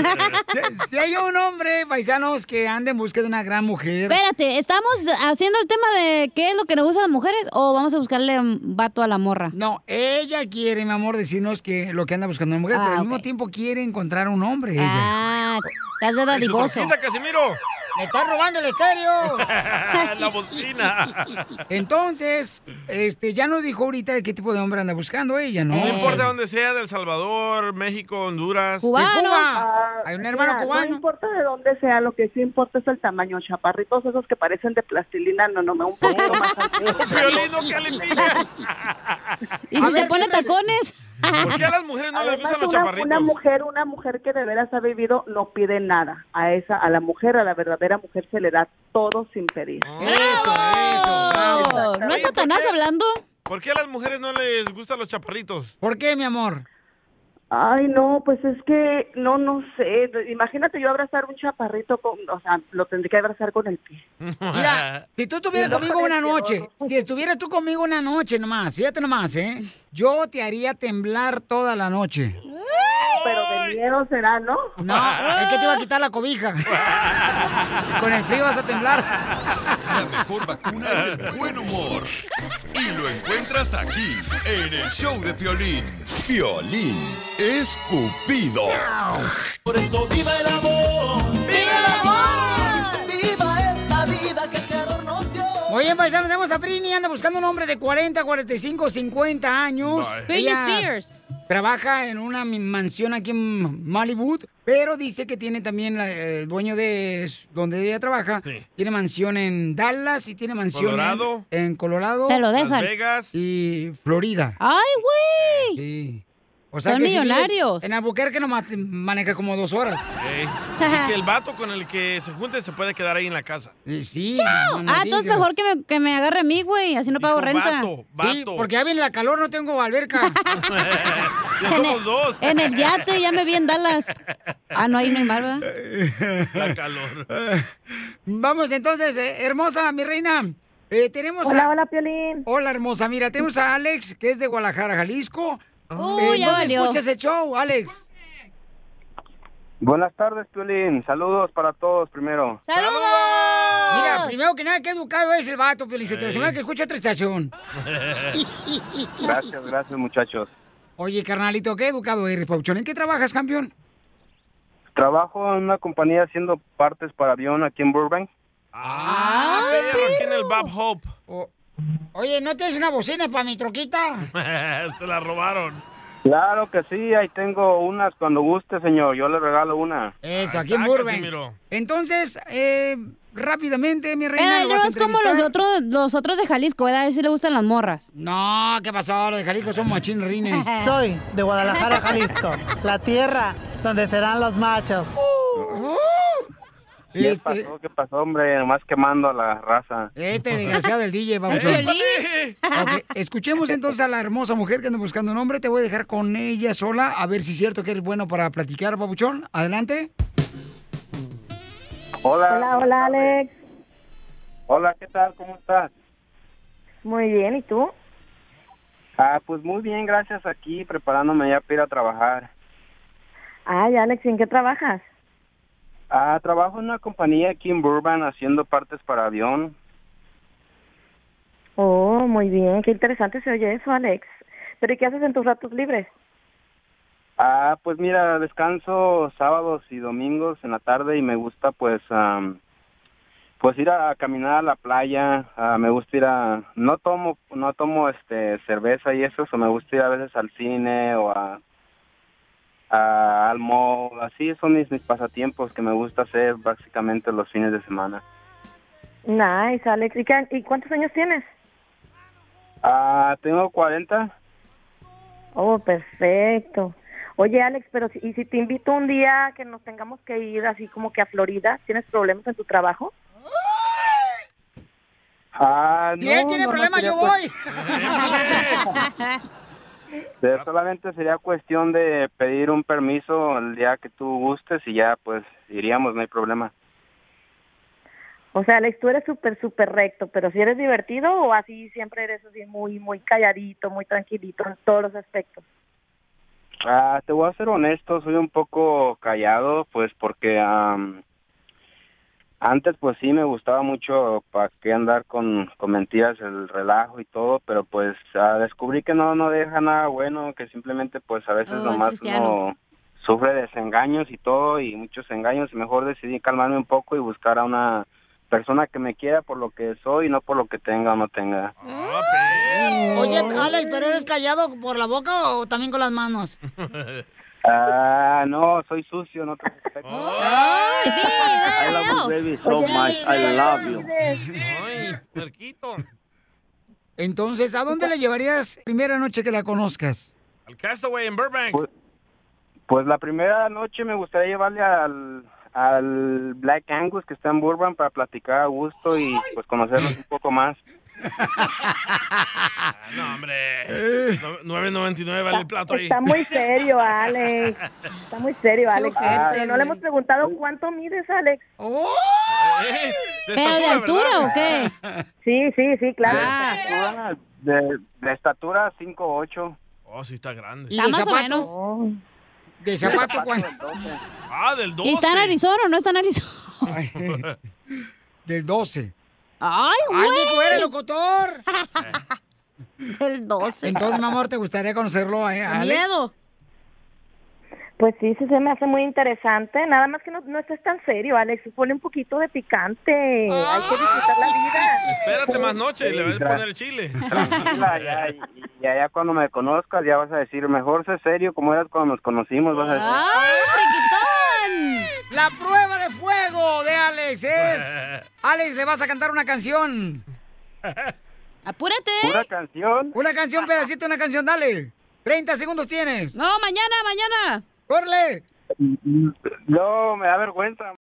A: si hay un hombre, paisanos, que anda en busca de una gran mujer.
B: Espérate, ¿estamos haciendo el tema de qué es lo que nos gustan las mujeres o vamos a buscarle un vato a la morra?
A: No, ella quiere, mi amor, decirnos que lo que anda buscando una mujer, pero al mismo tiempo quiere encontrar un hombre.
B: Ah, estás de
A: dadivoso.
C: Quita, Casimiro.
A: ¡Me está robando el estéreo!
C: La bocina.
A: Entonces, este, ya nos dijo ahorita qué tipo de hombre anda buscando ella, ¿no?
C: No importa dónde sea, del Salvador, México, Honduras.
X: Ah,
A: Hay un
X: mira, No importa de dónde sea, lo que sí importa es el tamaño. Chaparritos esos que parecen de plastilina, no, no, me un poquito más
C: Piolín, Oh, no califica.
B: ¿Y si se pone tacones?
C: ¿Por qué a las mujeres no les
X: Además,
C: gustan los
X: una,
C: chaparritos?
X: una mujer, una mujer que de veras ha vivido no pide nada. A esa, a la mujer, a la verdadera mujer se le da todo sin pedir.
C: Ah.
A: ¿Eh?
B: Oh, ¿No es Satanás hablando?
C: ¿Por qué a las mujeres no les gustan los chaparritos?
A: ¿Por qué, mi amor?
X: Ay, no, pues es que no, no sé. Imagínate yo abrazar un chaparrito con, o sea, lo tendría que abrazar con el pie.
A: Mira, si tú estuvieras
X: No,
A: conmigo una
X: precioso.
A: noche, si estuvieras tú conmigo una noche nomás, fíjate nomás, ¿eh? Yo te haría temblar toda la noche.
X: Pero de miedo será, ¿no?
A: No, es que te iba a quitar la cobija. Con el frío vas a temblar.
F: La mejor vacuna es el buen humor. Y lo encuentras aquí, en el show de Piolín. Piolín Escupido.
D: Por eso viva el amor.
A: ¡Viva el amor!
D: Viva esta vida que calor nos dio.
A: Oye, paisanos, tenemos a Prini, anda buscando un hombre de 40, 45, 50 años.
D: Bye.
B: Britney
A: Ella
B: Spears.
A: Trabaja en una mi- mansión aquí en Malibu, pero dice que tiene también la- el dueño de s- donde ella trabaja. Tiene mansión en Dallas y tiene mansión en-
C: Colorado.
A: En, Colorado.
B: Te lo dejan.
C: Las Vegas.
A: Y Florida.
B: ¡Ay, güey!
A: Sí.
B: Son
A: que si vives
B: millonarios.
A: en Albuquerque nomás te maneja como dos horas.
C: Ey, y que el vato con el que se junte se puede quedar ahí en la casa. Mm,
A: Sí.
B: ¡Chao! Ah, entonces mejor que me, que me agarre a mí, güey. Así no pago renta.
C: vato, vato.
A: Sí, porque ya viene la calor, no tengo alberca.
C: Ya
B: En
C: somos
B: el-
C: dos.
B: En el yate, ya me vi en Dallas. Ah, no, ahí no hay mar, ¿verdad?
C: La calor.
A: Vamos entonces, eh, hermosa, mi reina. Eh, tenemos
O: Hola,
A: hola, Piolín. Hola, hermosa. Mira, tenemos a Alex, que es de Guadalajara, Jalisco.
C: Oh,
O: Uy,
A: Eh,
O: ya
A: ¿dónde
O: valió.
A: escuchas el show, Alex?
O: Buenas tardes, Piolín. Saludos para todos primero.
A: ¡Saludos! Mira, primero que nada, qué educado es el vato, Piolín. Sotelo.
O: Ey.
A: Se me que escucha otra estación.
O: Gracias, gracias, muchachos.
A: Oye, carnalito, qué educado eres, Pauchón. ¿En qué trabajas, campeón?
Q: Trabajo en una compañía haciendo partes para avión aquí en Burbank.
C: Ah, perro, aquí en el Bob Hope.
A: Oye, ¿no tienes una bocina para mi troquita?
C: Se la robaron.
Q: Claro que sí, ahí tengo unas cuando guste, señor. Yo le regalo una.
A: Eso, aquí en Burbank. Entonces, eh, rápidamente, mi reina.
B: Pero él
A: lo vas
B: no
A: a
B: es como
A: entrevistar.
B: los otros, los otros de Jalisco, ¿verdad? A él sí le gustan las morras.
A: No, ¿qué pasó? Los de Jalisco son machín rines.
O: Soy de Guadalajara, Jalisco, la tierra donde serán los machos.
Q: ¿Qué pasó? ¿Qué pasó, hombre? Nomás quemando a la raza.
A: Este desgraciado el DJ, vamos.
Q: ¡Es
A: escuchemos entonces a la hermosa mujer que anda buscando un hombre. Te voy a dejar con ella sola, a ver si es cierto que eres bueno para platicar, papuchón. Adelante.
Q: Hola.
A: Hola,
Q: hola,
A: Alex.
Q: Hola, ¿qué tal? ¿Cómo estás?
S: Muy bien, ¿y tú?
Q: Ah, pues muy bien, gracias. Aquí preparándome ya para ir a trabajar.
S: Ay, Alex, ¿en qué trabajas?
Q: Ah, trabajo en una compañía aquí en Burbank haciendo partes para avión.
S: Oh, muy bien, qué interesante se oye eso, Alex. ¿Pero y qué haces en tus ratos libres?
Q: Ah, pues mira, descanso sábados y domingos en la tarde y me gusta pues am, pues ir a caminar a la playa, ah, me gusta ir a no tomo no tomo este cerveza y eso, o me gusta ir a veces al cine o a, a- al mall, así son mis, mis pasatiempos que me gusta hacer básicamente los fines de semana.
S: Nice, Alex. ¿Y, qué- y cuántos años tienes?
Q: Ah, tengo 40.
S: Oh, perfecto. Oye, Alex, pero si, ¿y si te invito un día que nos tengamos que ir así como que a Florida? ¿Tienes problemas en tu trabajo?
Q: Ah,
S: Si él
Q: no,
S: tiene
Q: no, no
S: problema,
Q: sería
S: yo
Q: cues-
S: voy.
Q: Eh, Solamente sería cuestión de pedir un permiso el día que tú gustes y ya pues iríamos, no hay problema.
S: O sea, Alex, tú eres súper, súper recto, pero si eres divertido o así siempre eres así muy, muy calladito, muy tranquilito en todos los aspectos.
Q: Ah, te voy a ser honesto, soy un poco callado, pues porque am, antes pues sí me gustaba mucho para qué andar con, con mentiras, el relajo y todo, pero pues ah, descubrí que no no deja nada bueno, que simplemente pues a veces
D: Oh, es
Q: nomás
D: cristiano.
Q: uno sufre desengaños y todo y muchos engaños y mejor decidí calmarme un poco y buscar a una persona que me quiera por lo que soy, no por lo que tenga o no tenga. Ah,
A: Oye, Alex, ¿pero eres callado por la boca o también con las manos?
Q: Ah, no, soy sucio, no te respeto. I love you, baby, so much. I love you.
A: Ay, Entonces, ¿a dónde la llevarías primera noche que la conozcas?
C: Al Castaway en Burbank.
Q: Pues la primera noche me gustaría llevarle al, al Black Angus que está en Burbank para platicar a gusto y pues conocerlos un poco más.
C: Ah, no, hombre. Eh, No- 9.99 vale el plato ahí.
S: Está muy serio, Alex. Está muy serio, Alex.
C: ojete,
S: Pero no le hemos preguntado cuánto mides, Alex. Oh.
C: de
S: ¿Pero de altura o qué? Sí, sí, sí, claro.
Q: Ah, De, de estatura 5'8".
C: Oh, sí está grande.
B: Está más o menos.
A: ¿De
C: zapato
A: cuánto?
C: Ah, del 12.
B: ¿Y está en Arizona o no está en Arizona?
A: Del 12.
B: ¡Ay, güey!
A: ¡Ay, Nico, eres locutor!
B: Del 12.
A: Entonces, mi amor, ¿te gustaría conocerlo a, a Alex?
B: miedo.
S: Pues sí, sí se me hace muy interesante. Nada más que no, no estés tan serio, Alex. Ponle un poquito de picante. Hay que disfrutar la vida.
C: Espérate más noche y le vas a poner chile.
Q: Tranquila, ya, y- y allá cuando me conozcas ya vas a decir, mejor sé serio como eras cuando nos conocimos, vas a
A: Ah.
Q: decir.
A: La prueba de fuego de Alex es... Alex, le vas a cantar una canción.
B: ¡Apúrate!
Q: ¿Una canción?
A: Una canción, pedacito, una canción, dale. 30 segundos tienes.
B: No, mañana, mañana.
A: ¡Corre!
Q: No, me da vergüenza.